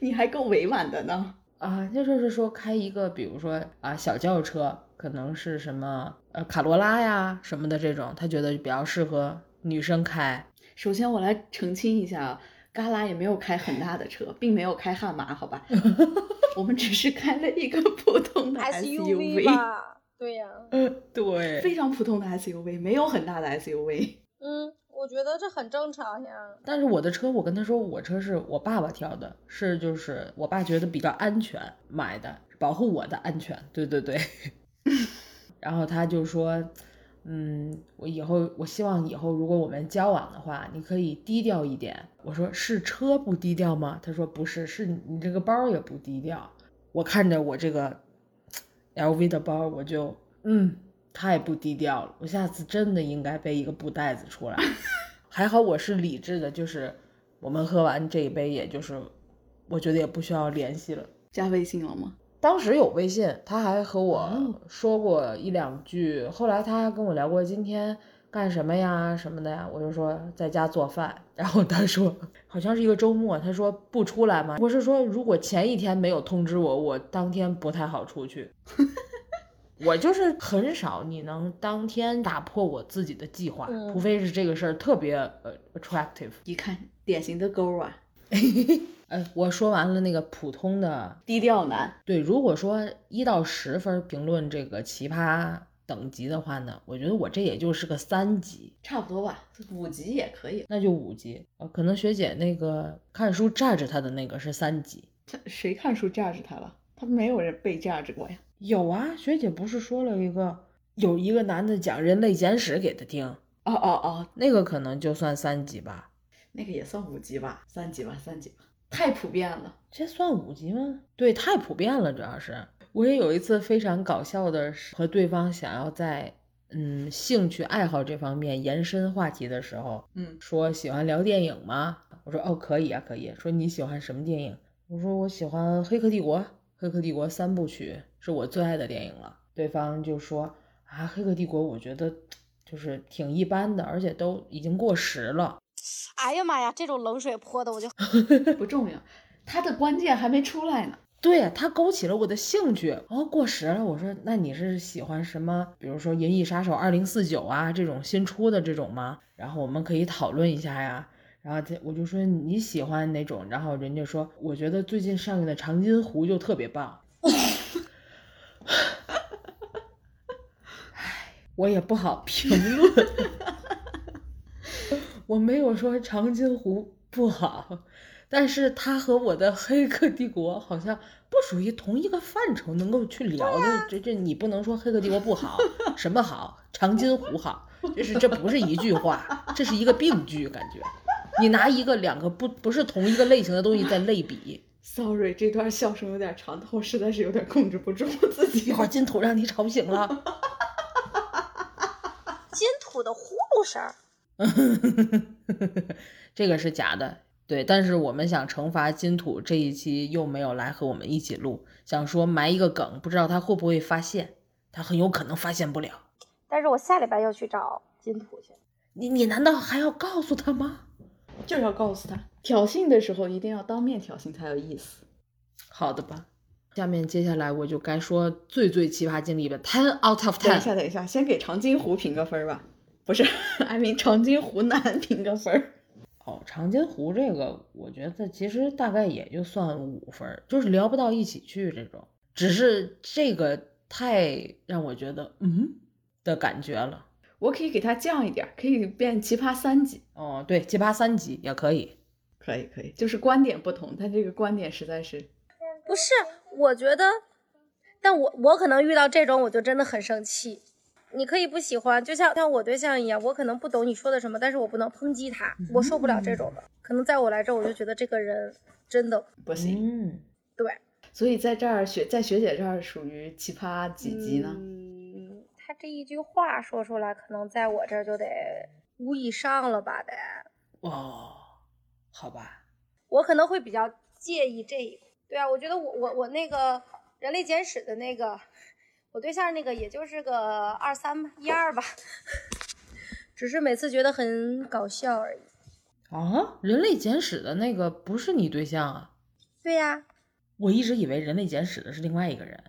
Speaker 2: 你还够委婉的呢。
Speaker 1: <laughs> 啊，那就是说开一个，比如说啊小轿车，可能是什么呃卡罗拉呀什么的这种，他觉得比较适合女生开。
Speaker 2: 首先我来澄清一下啊，旮旯也没有开很大的车，并没有开悍马，好吧？我们只是开了一个普通的
Speaker 4: SUV 吧？对呀、
Speaker 1: 对
Speaker 2: 非常普通的 SUV，没有很大的 SUV。
Speaker 4: 嗯，我觉得这很正常呀。
Speaker 1: 但是我的车，我跟他说，我车是我爸爸挑的，是就是我爸觉得比较安全买的，保护我的安全。对对 <laughs> 对。然后他就说，嗯，我以后我希望以后如果我们交往的话，你可以低调一点。我说是车不低调吗？他说不是，是你这个包也不低调。我看着我这个 LV 的包，我就嗯，太不低调了。我下次真的应该背一个布袋子出来。还好我是理智的，就是我们喝完这一杯，也就是我觉得也不需要联系了。
Speaker 2: 加微信了吗？
Speaker 1: 当时有微信，他还和我
Speaker 2: 哦
Speaker 1: 说过一两句，后来他还跟我聊过今天干什么呀什么的呀，我就说在家做饭， <laughs> 然后他说好像是一个周末，他说不出来吗？我是说如果前一天没有通知我，我当天不太好出去。我就是很少你能当天打破我自己的计划，
Speaker 4: 嗯
Speaker 1: 除非是这个事儿特别呃 attractive。
Speaker 2: 一看典型的勾啊，
Speaker 1: 哎，我说完了那个普通的
Speaker 2: 低调男。
Speaker 1: 对，如果说一到十分评论这个奇葩等级的话呢，我觉得我这也就是个三级，
Speaker 2: 差不多吧，五级也可以。
Speaker 1: 那就五级。呃，可能学姐那个看书榨着他的那个是三级。
Speaker 2: 他谁看书 judge 他了？他没有人被 judge 过呀。
Speaker 1: 有啊，学姐不是说了一个，有一个男的讲《人类简史》给他听，
Speaker 2: 哦哦哦，
Speaker 1: 那个可能就算三级吧。
Speaker 2: 那个也算五级吧，三级吧，三级吧，太普遍了。
Speaker 1: 这算五级吗？对，太普遍了，主要是。我也有一次非常搞笑的是，和对方想要在嗯兴趣爱好这方面延伸话题的时候，
Speaker 2: 嗯，
Speaker 1: 说喜欢聊电影吗？我说哦，可以啊，可以。说你喜欢什么电影？我说我喜欢《黑客帝国》，《黑客帝国》三部曲是我最爱的电影了。对方就说啊，《黑客帝国》我觉得就是挺一般的，而且都已经过时了。
Speaker 3: 哎呀妈呀，这种冷水泼的我就
Speaker 2: 不重要，他的关键还没出来呢。
Speaker 1: 对他勾起了我的兴趣，哦，过时了。我说，那你是喜欢什么？比如说《银翼杀手二零四九》啊，这种新出的这种吗？然后我们可以讨论一下呀。然后他我就说你喜欢哪种？然后人家说，我觉得最近上映的《长津湖》就特别棒。 <laughs> 唉我也不好评论， <laughs> 我没有说《长津湖》不好。但是它和我的《黑客帝国》好像不属于同一个范畴，能够去聊的。这这，你不能说《黑客帝国》不好，什么好，《长津湖》好，这是这不是一句话，这是一个病句，感觉。你拿一个两个不不是同一个类型的东西在类比，
Speaker 2: Sorry，这段笑声有点长，但我实在是有点控制不住我自己
Speaker 1: 一。会儿金土让你吵醒了。 <laughs>
Speaker 3: 金土的呼噜声儿。
Speaker 1: 这个是假的，对。但是我们想惩罚金土这一期又没有来和我们一起录，想说埋一个梗，不知道他会不会发现，他很有可能发现不了。
Speaker 3: 但是我下礼拜要去找金土去。
Speaker 1: 你你难道还要告诉他吗？ <laughs>
Speaker 2: 就是要告诉他，挑衅的时候一定要当面挑衅才有意思。
Speaker 1: 好的吧。下面接下来我就该说最最奇葩经历吧，ten out of
Speaker 2: 等一
Speaker 1: ten。
Speaker 2: 下，等一下，先给长津湖评个分儿吧。不是，I mean 长津湖南 <laughs> 评个分儿。
Speaker 1: 哦，长津湖这个，我觉得其实大概也就算五分儿，就是聊不到一起去这种。只是这个太让我觉得嗯的感觉了。
Speaker 2: 我可以给他降一点儿，可以变奇葩三级。
Speaker 1: 哦，对，奇葩三级也可以。
Speaker 2: 可以可以，就是观点不同，但这个观点实在是
Speaker 3: 不是，我觉得，但我我可能遇到这种，我就真的很生气。你可以不喜欢，就像像我对象一样，我可能不懂你说的什么，但是我不能抨击他，
Speaker 2: 嗯
Speaker 3: 我受不了这种的。可能在我来这儿，我就觉得这个人真的
Speaker 2: 不行。
Speaker 1: 嗯，
Speaker 3: 对
Speaker 2: 所以在这儿学在学姐这儿属于奇葩几级呢？
Speaker 3: 嗯，他这一句话说出来，可能在我这儿就得五以上了吧？得，
Speaker 1: 哦，好吧，
Speaker 3: 我可能会比较介意这一块。对啊，我觉得我我我那个《人类简史》的那个，我对象那个也就是个二三吧，一二吧， <laughs> 只是每次觉得很搞笑而已。
Speaker 1: 啊，人类简史的那个不是你对象啊？
Speaker 3: 对呀，
Speaker 1: 我一直以为《人类简史》的是另外一个人。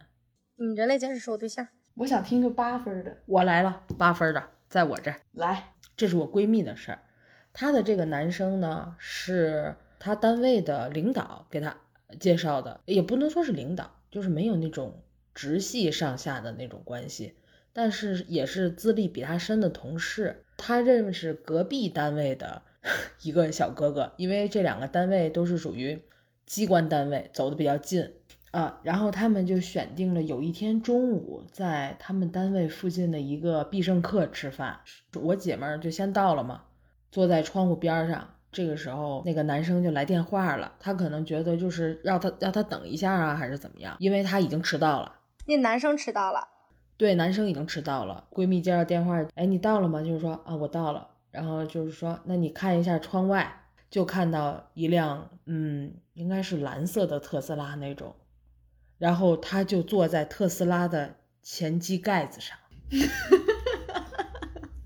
Speaker 3: 嗯，人类简史是我对象。
Speaker 2: 我想听个八分的，
Speaker 1: 我来了，八分的，在我这儿。
Speaker 2: 来，
Speaker 1: 这是我闺蜜的事儿。她的这个男生呢，是她单位的领导给她介绍的，也不能说是领导，就是没有那种直系上下的那种关系，但是也是资历比她深的同事。她认识隔壁单位的 <laughs> 一个小哥哥，因为这两个单位都是属于机关单位，走的比较近。啊，然后他们就选定了有一天中午在他们单位附近的一个必胜客吃饭。我姐们儿就先到了嘛，坐在窗户边儿上。这个时候，那个男生就来电话了，他可能觉得就是让他让他等一下啊，还是怎么样，因为他已经迟到了。
Speaker 3: 那男生迟到了，
Speaker 1: 对，男生已经迟到了。闺蜜接到电话，哎，你到了吗？就是说啊，我到了。然后就是说，那你看一下窗外，就看到一辆，嗯，应该是蓝色的特斯拉那种。然后他就坐在特斯拉的前机盖子上，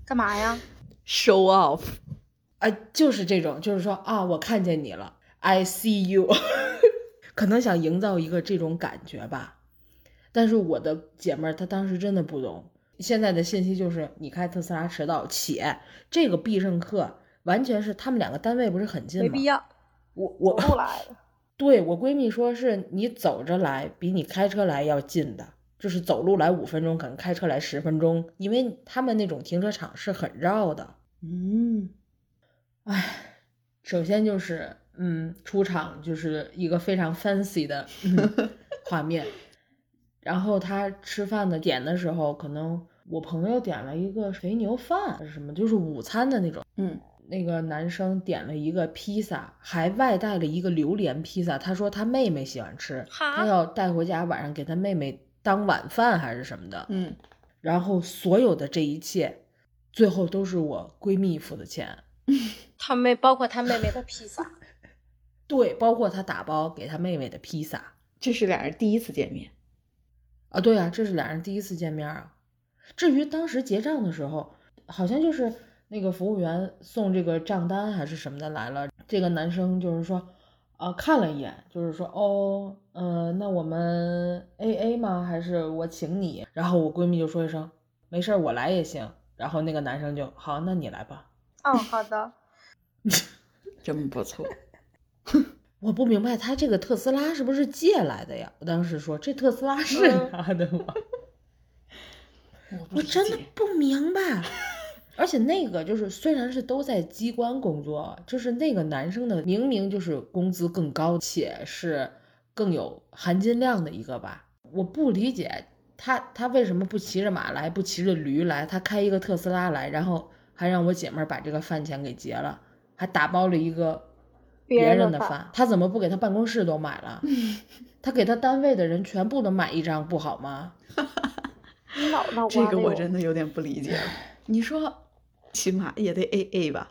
Speaker 3: 干嘛呀？
Speaker 2: show off，
Speaker 1: 啊，就是这种，就是说啊，我看见你了，I see you，可能想营造一个这种感觉吧。但是我的姐妹儿她当时真的不懂，现在的信息就是你开特斯拉迟到，且这个必胜客完全是他们两个单位不是很近
Speaker 3: 没
Speaker 1: 吗？
Speaker 3: 必要。
Speaker 1: 我我
Speaker 4: 走路来
Speaker 2: <laughs>
Speaker 4: 的，
Speaker 1: 对我闺蜜说，是你走着来比你开车来要近的，就是走路来五分钟，可能开车来十分钟，因为他们那种停车场是很绕的。
Speaker 2: 嗯，
Speaker 1: 唉，首先就是，嗯，出场就是一个非常 fancy 的、嗯画面，然后他吃饭的点的时候，可能我朋友点了一个肥牛饭还是什么，就是午餐的那种。
Speaker 2: 嗯，
Speaker 1: 那个男生点了一个披萨，还外带了一个榴莲披萨。他说他妹妹喜欢吃，
Speaker 3: 哈
Speaker 1: 他要带回家晚上给他妹妹当晚饭还是什么的。
Speaker 2: 嗯，
Speaker 1: 然后所有的这一切，最后都是我闺蜜付的钱。
Speaker 3: <laughs> 他妹，包括他妹妹的披萨，
Speaker 1: 对，包括他打包给他妹妹的披萨
Speaker 2: 这是俩人第一次见面，
Speaker 1: 啊，对啊，这是俩人第一次见面啊。至于当时结账的时候，好像就是那个服务员送这个账单还是什么的来了，这个男生就是说，啊，看了一眼，就是说，哦，嗯、那我们 A A 吗？还是我请你？然后我闺蜜就说一声，没事儿，我来也行。然后那个男生就好，那你来吧。
Speaker 3: 哦
Speaker 4: 嗯，好的，
Speaker 2: 真不错，
Speaker 1: 我不明白他这个特斯拉是不是借来的呀？我当时说这特斯拉是
Speaker 4: 嗯
Speaker 1: 他的吗？
Speaker 2: <laughs> 我
Speaker 1: 我真的不明白。 <laughs> 而且那个就是，虽然是都在机关工作，就是那个男生的明明就是工资更高，且是更有含金量的一个吧。我不理解他他为什么不骑着马来，不骑着驴来，他开一个特斯拉来，然后还让我姐妹儿把这个饭钱给结了，还打包了一个
Speaker 4: 别人的
Speaker 1: 人的
Speaker 4: 饭
Speaker 1: 饭，他怎么不给他办公室都买 <laughs> 了？他给他单位的人全部都买一张不好吗？
Speaker 4: 你脑脑瓜
Speaker 2: 这
Speaker 4: 子
Speaker 2: 个我
Speaker 4: 有
Speaker 2: 真的有点不理解了。 <laughs> 你说起码也得 A A 吧？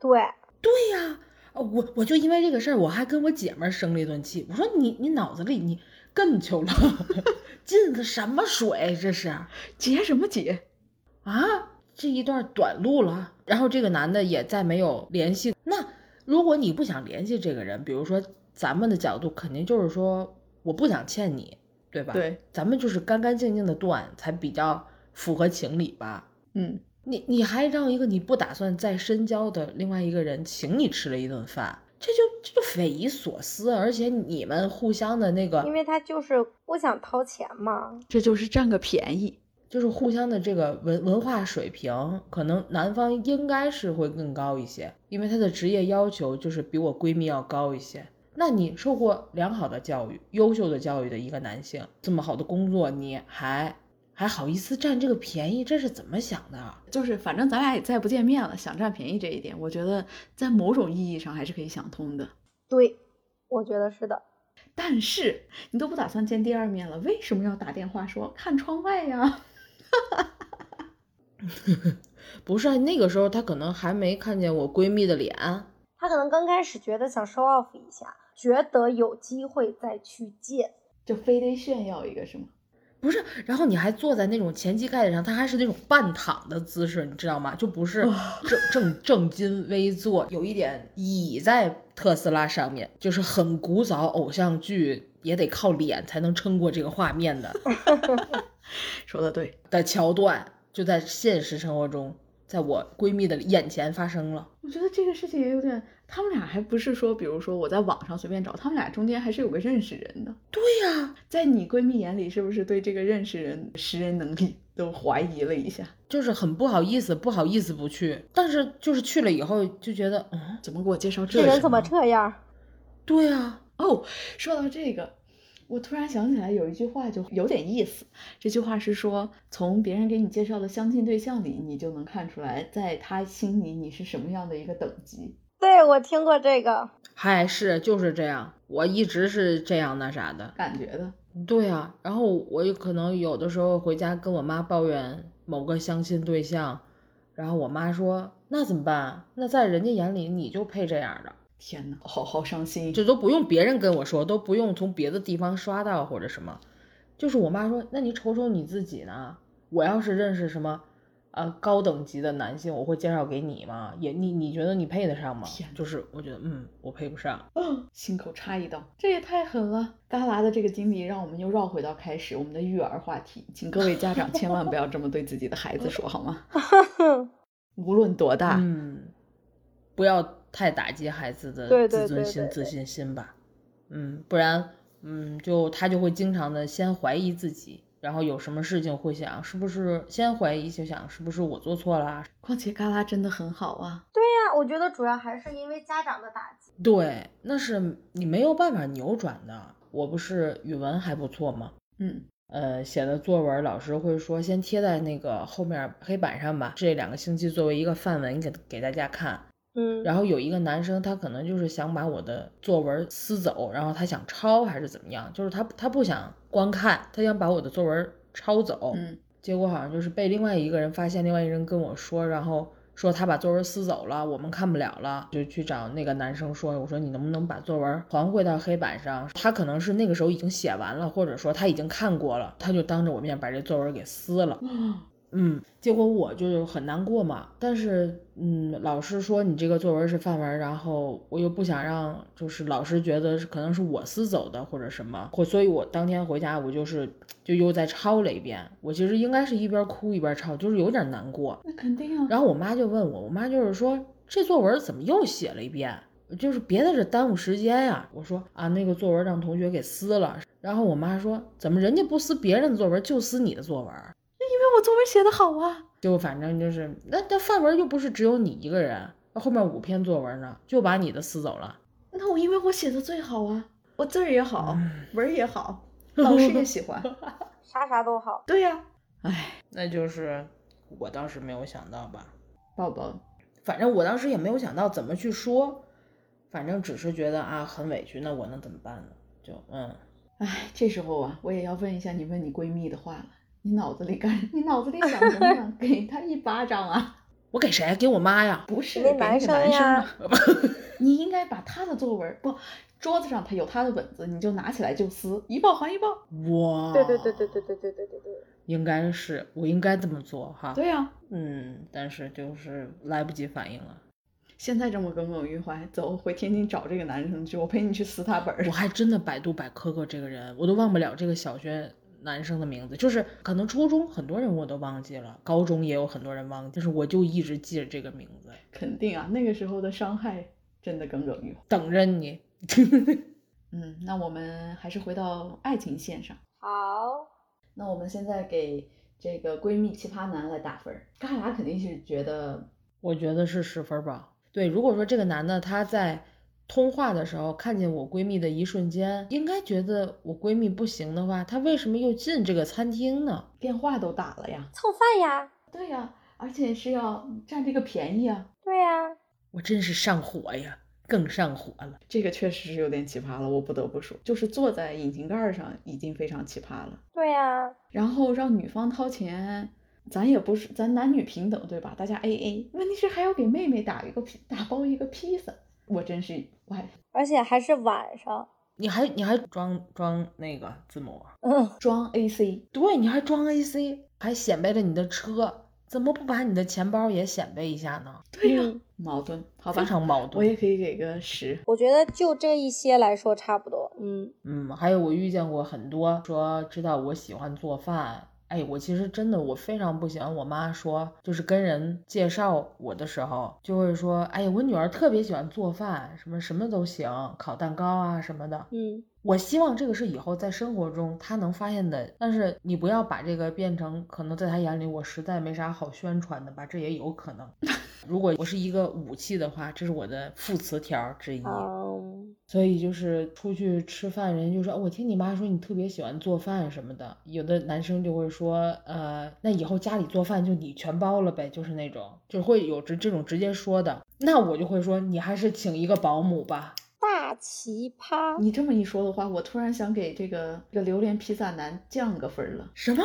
Speaker 4: 对，
Speaker 1: 对呀、呃我我就因为这个事儿，我还跟我姐们儿生了一顿气。我说你你脑子里你更球了， <laughs> 进的什么水这是
Speaker 2: 结什么结？
Speaker 1: 啊？这一段短路了，然后这个男的也再没有联系。那如果你不想联系这个人，比如说咱们的角度肯定就是说我不想欠你，对吧？
Speaker 2: 对，
Speaker 1: 咱们就是干干净净的断，才比较符合情理吧。
Speaker 2: 嗯，
Speaker 1: 你你还让一个你不打算再深交的另外一个人请你吃了一顿饭，这就这就匪夷所思，啊而且你们互相的那
Speaker 4: 因
Speaker 1: 个
Speaker 4: 为他就是不想掏钱嘛，
Speaker 2: 这就是占个便宜。
Speaker 1: 就是互相的这个文文化水平，可能男方应该是会更高一些，因为他的职业要求就是比我闺蜜要高一些。那你受过良好的教育、优秀的教育的一个男性，这么好的工作，你还还好意思占这个便宜，这是怎么想的？啊
Speaker 2: 就是反正咱俩也再不见面了，想占便宜这一点，我觉得在某种意义上还是可以想通的。
Speaker 4: 对，我觉得是的。
Speaker 2: 但是你都不打算见第二面了，为什么要打电话说看窗外呀？ <laughs>
Speaker 1: 不是啊，那个时候他可能还没看见我闺蜜的脸，啊
Speaker 4: 他可能刚开始觉得想 show off 一下，觉得有机会再去见，
Speaker 2: 就非得炫耀一个是吗？
Speaker 1: 不是，然后你还坐在那种前膝盖子上，他还是那种半躺的姿势，你知道吗？就不是正正正襟危坐，有一点倚在特斯拉上面，就是很古早偶像剧也得靠脸才能撑过这个画面的
Speaker 2: 说的对，
Speaker 1: 的桥段，就在现实生活中，在我闺蜜的眼前发生了。
Speaker 2: 我觉得这个事情也有点，他们俩还不是说，比如说我在网上随便找，他们俩中间还是有个认识人的。
Speaker 1: 对呀、
Speaker 2: 在你闺蜜眼里，是不是对这个认识人识人能力都怀疑了一下？
Speaker 1: 就是很不好意思，不好意思不去，但是就是去了以后就觉得，嗯，
Speaker 2: 怎么给我介绍这
Speaker 3: 这人
Speaker 2: 什
Speaker 3: 怎么这样？
Speaker 1: 对啊，
Speaker 2: 哦，说到这个，我突然想起来有一句话就有点意思。这句话是说，从别人给你介绍的相亲对象里，你就能看出来，在他心里你是什么样的一个等级。
Speaker 3: 对，我听过这个。
Speaker 1: 还是就是这样，我一直是这样那啥的。
Speaker 2: 感觉的，
Speaker 1: 对啊，然后我有可能有的时候回家跟我妈抱怨某个相亲对象，然后我妈说那怎么办？那在人家眼里你就配这样的，
Speaker 2: 天哪，好好伤心。
Speaker 1: 这都不用别人跟我说，都不用从别的地方刷到或者什么，就是我妈说，那你瞅瞅你自己呢？我要是认识什么，呃，高等级的男性，我会介绍给你吗？也你你觉得你配得上吗
Speaker 2: 天？哪
Speaker 1: 就是我觉得，嗯，我配不上。
Speaker 2: 心口插一刀，这也太狠了！旮旯的这个经历让我们又绕回到开始我们的育儿话题，请各位家长千万不要这么对自己的孩子说，好吗？无论多大，
Speaker 1: 嗯，不要太打击孩子的
Speaker 3: 对对
Speaker 1: 自尊
Speaker 3: 对
Speaker 1: 心、
Speaker 3: 对
Speaker 1: 自
Speaker 3: 对
Speaker 1: 信心吧。嗯，不然，嗯，就他就会经常的先怀疑自己，然后有什么事情会想是不是先怀疑，就想是不是我做错啦？
Speaker 2: 况且旮旯真的很好啊。
Speaker 4: 对呀，我觉得主要还是因为家长的打击。
Speaker 1: 对，那是你没有办法扭转的。我不是语文还不错吗？
Speaker 2: 嗯，
Speaker 1: 呃，写的作文老师会说，先贴在那个后面黑板上吧，这两个星期作为一个范文给给大家看。
Speaker 3: 嗯，
Speaker 1: 然后有一个男生，他可能就是想把我的作文撕走，然后他想抄还是怎么样，就是他他不想光看，他想把我的作文抄走。
Speaker 2: 嗯，
Speaker 1: 结果好像就是被另外一个人发现，另外一个人跟我说，然后说他把作文撕走了，我们看不了了，就去找那个男生说，我说你能不能把作文还回到黑板上？他可能是那个时候已经写完了，或者说他已经看过了，他就当着我面把这作文给撕了。
Speaker 2: 哇，
Speaker 1: 嗯，结果我就很难过嘛。但是，嗯，老师说你这个作文是范文，然后我又不想让就是老师觉得是可能是我撕走的或者什么，或所以我当天回家我就是就又再抄了一遍。我其实应该是一边哭一边抄，就是有点难过。
Speaker 2: 那肯定啊。
Speaker 1: 然后我妈就问我，我妈就是说这作文怎么又写了一遍？就是别在这耽误时间呀、我说啊，那个作文让同学给撕了。然后我妈说，怎么人家不撕别人的作文，就撕你的作文？
Speaker 2: 因为我作文写的好啊。
Speaker 1: 就反正就是，那那范文又不是只有你一个人，那后面五篇作文呢，就把你的撕走了。
Speaker 2: 那我因为我写的最好啊，我字儿也好，
Speaker 1: 嗯
Speaker 2: 文儿
Speaker 1: <laughs>
Speaker 2: 也好，老师也喜欢。
Speaker 3: 啥啥都好。
Speaker 2: 对呀、
Speaker 1: 那就是我当时没有想到吧，
Speaker 2: 宝宝，
Speaker 1: 反正我当时也没有想到怎么去说，反正只是觉得啊很委屈，那我能怎么办呢？就嗯，
Speaker 2: 哎，这时候啊，我也要问一下你问你闺蜜的话了，你脑子里干， <laughs> 你脑子里想什么
Speaker 1: <laughs>
Speaker 2: 呢？给她一巴掌啊！
Speaker 1: 我给谁？给我妈 <laughs> 呀。
Speaker 2: 不是
Speaker 3: 给
Speaker 2: 给
Speaker 3: 那
Speaker 2: 那
Speaker 3: 男
Speaker 2: 个
Speaker 3: 生
Speaker 2: 男生
Speaker 3: 呀
Speaker 2: 啊，你应该把他的作文不，桌子上他有他的本子，你就拿起来就撕，一报还一报。
Speaker 1: 哇，
Speaker 3: 对对对对，对对对对对对。
Speaker 1: 应该是我应该这么做哈。
Speaker 2: 对呀、
Speaker 1: 嗯，但是就是来不及反应了。
Speaker 2: 现在这么耿耿于怀，走回天津找这个男生去，我陪你去撕他本儿 <laughs>
Speaker 1: 我。还真的百度百科过这个人，我都忘不了这个小学男生的名字，就是可能初中很多人我都忘记了，高中也有很多人忘记，但是我就一直记着这个名字，
Speaker 2: 肯定啊，那个时候的伤害真的耿耿于怀。
Speaker 1: 等着你。 <laughs>
Speaker 2: 嗯，那我们还是回到爱情线上。
Speaker 3: 好，
Speaker 2: 那我们现在给这个闺蜜奇葩男来打分儿，旮旯肯定是觉得
Speaker 1: 我觉得是十分吧。对，如果说这个男的他在通话的时候看见我闺蜜的一瞬间，应该觉得我闺蜜不行的话，他为什么又进这个餐厅呢？
Speaker 2: 电话都打了呀。
Speaker 3: 蹭饭呀，
Speaker 2: 对呀、而且是要占这个便宜啊。
Speaker 3: 对呀，
Speaker 1: 我真是上火呀，更上火了。
Speaker 2: 这个确实是有点奇葩了，我不得不说，就是坐在引擎盖儿上已经非常奇葩了。
Speaker 3: 对呀，
Speaker 2: 然后让女方掏钱，咱也不是咱男女平等对吧？大家 A A，问题是还要给妹妹打一个披打包一个披萨，我真是我还
Speaker 3: 而且还是晚上。
Speaker 1: 你还你还装装那个字母啊，
Speaker 3: 嗯，
Speaker 2: 装 AC，
Speaker 1: 对，你还装 AC，还显摆着你的车，怎么不把你的钱包也显摆一下呢？
Speaker 2: 对呀、
Speaker 3: 嗯
Speaker 2: 矛盾，好吧
Speaker 1: 非，常矛
Speaker 2: 我
Speaker 1: 盾。
Speaker 2: 也可以给个十。
Speaker 3: 我觉得就这一些来说差不多，嗯，
Speaker 1: 嗯，还有我遇见过很多说知道我喜欢做饭，哎，我其实真的我非常不喜欢我妈说，就是跟人介绍我的时候就会说，哎呀，我女儿特别喜欢做饭，什么什么都行，烤蛋糕啊什么的。
Speaker 3: 嗯，
Speaker 1: 我希望这个是以后在生活中她能发现的，但是你不要把这个变成可能在她眼里我实在没啥好宣传的吧，这也有可能。 <laughs> 如果我是一个武器的话，这是我的副词条之一。
Speaker 3: 嗯，
Speaker 1: 所以就是出去吃饭，人家就说、哦我听你妈说你特别喜欢做饭什么的。有的男生就会说，呃，那以后家里做饭就你全包了呗，就是那种，就会有这这种直接说的。那我就会说，你还是请一个保姆吧。
Speaker 3: 大奇葩，
Speaker 2: 你这么一说的话，我突然想给这个这个榴莲披萨男降个分儿了。
Speaker 1: 什么？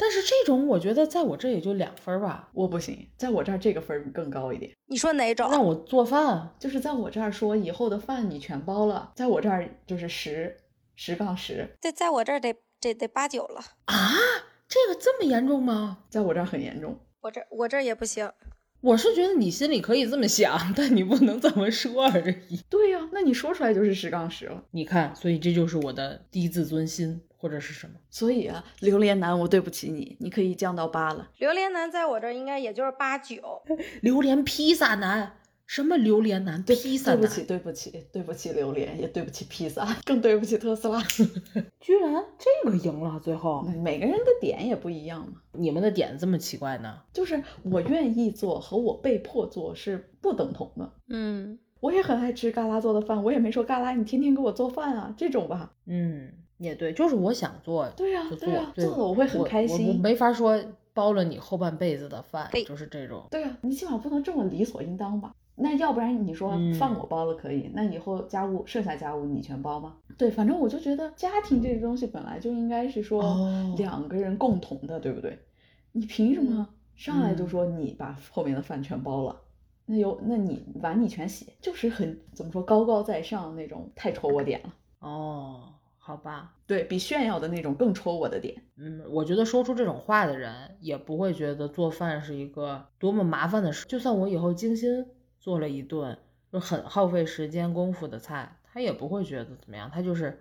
Speaker 1: 但是这种我觉得在我这也就两分儿吧。
Speaker 2: 我不行，在我这儿这个分儿更高一点，
Speaker 3: 你说哪种？
Speaker 1: 让我做饭，
Speaker 2: 就是在我这儿说以后的饭你全包了，在我这儿就是十十杠十，
Speaker 3: 在在我这儿得得得八九了，
Speaker 1: 啊，这个这么严重吗？
Speaker 2: 在我这儿很严重。
Speaker 3: 我这我这儿也不行，
Speaker 1: 我是觉得你心里可以这么想，但你不能这么说而已。
Speaker 2: 对呀、那你说出来就是十杠十了。
Speaker 1: 你看，所以这就是我的低自尊心或者是什么。
Speaker 2: 所以啊，榴莲男，我对不起你，你可以降到八了。
Speaker 3: 榴莲男在我这儿应该也就是八九，
Speaker 1: 榴莲披萨男，什么榴莲男？披萨
Speaker 2: 对
Speaker 1: 男
Speaker 2: 不起，对不起，对不起，榴莲，也对不起披萨，更对不起特斯拉。
Speaker 1: 居然这个赢了，最后
Speaker 2: 每个人的点也不一样嘛，
Speaker 1: 你们的点这么奇怪呢？
Speaker 2: 就是我愿意做和我被迫做是不等同的。
Speaker 3: 嗯，
Speaker 2: 我也很爱吃嘎啦做的饭，我也没说嘎啦你天天给我做饭啊，这种吧。
Speaker 1: 嗯，也对，就是我想做
Speaker 2: 对呀、
Speaker 1: 就做，
Speaker 2: 对呀、
Speaker 1: 对
Speaker 2: 做了我会很开
Speaker 1: 我我
Speaker 2: 心。
Speaker 1: 没法说包了你后半辈子的饭
Speaker 3: 对，
Speaker 1: 就是这种。
Speaker 2: 对呀、啊你起码不能这么理所应当吧？那要不然你说
Speaker 1: 嗯
Speaker 2: 饭我包了可以，那以后家务剩下家务你全包吗？对，反正我就觉得家庭这个东西本来就应该是说
Speaker 1: 哦
Speaker 2: 两个人共同的，对不对？你凭什
Speaker 1: 嗯
Speaker 2: 么上来就说你把后面的饭全包了？那有那你碗你全洗，就是很怎么说高高在上那种，太戳我点了。
Speaker 1: 哦，好吧。
Speaker 2: 对比炫耀的那种更戳我的点。
Speaker 1: 嗯，我觉得说出这种话的人也不会觉得做饭是一个多么麻烦的事。就算我以后精心做了一顿就很耗费时间功夫的菜，他也不会觉得怎么样，他就是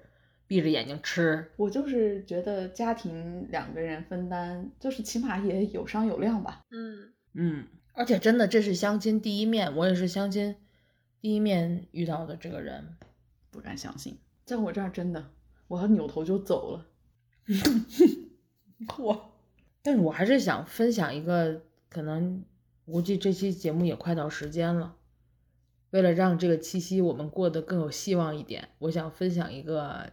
Speaker 1: 闭着眼睛吃。
Speaker 2: 我就是觉得家庭两个人分担，就是起码也有商有量吧。
Speaker 4: 嗯，
Speaker 1: 嗯，而且真的这是相亲第一面，我也是相亲第一面遇到的这个人。
Speaker 2: 不敢相信，在我这儿真的，我要扭头就走了。 <laughs>
Speaker 1: 我，但是我还是想分享一个，可能估计这期节目也快到时间了。为了让这个七夕我们过得更有希望一点，我想分享一个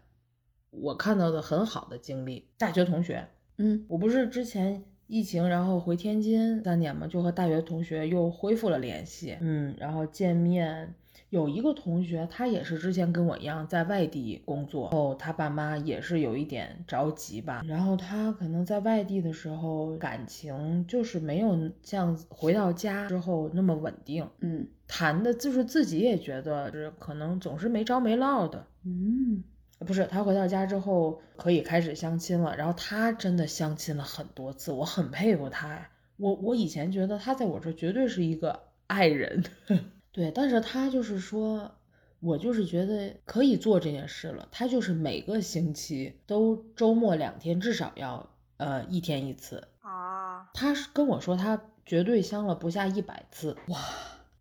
Speaker 1: 我看到的很好的经历。大学同学，
Speaker 2: 嗯
Speaker 1: 我不是之前疫情，然后回天津三年嘛，就和大学同学又恢复了联系，嗯，然后见面。有一个同学，他也是之前跟我一样在外地工作，然后他爸妈也是有一点着急吧，然后他可能在外地的时候感情就是没有像回到家之后那么稳定，
Speaker 2: 嗯
Speaker 1: 谈的就是自己也觉得是可能总是没着没落的，
Speaker 2: 嗯，
Speaker 1: 不是，他回到家之后可以开始相亲了。然后他真的相亲了很多次，我很佩服他呀。我我以前觉得他在我这绝对是一个爱人， <laughs> 对，但是他就是说，我就是觉得可以做这件事了。他就是每个星期都周末两天，至少要呃一天一次。
Speaker 4: 啊，
Speaker 1: 他是跟我说他绝对相了不下一百次哇，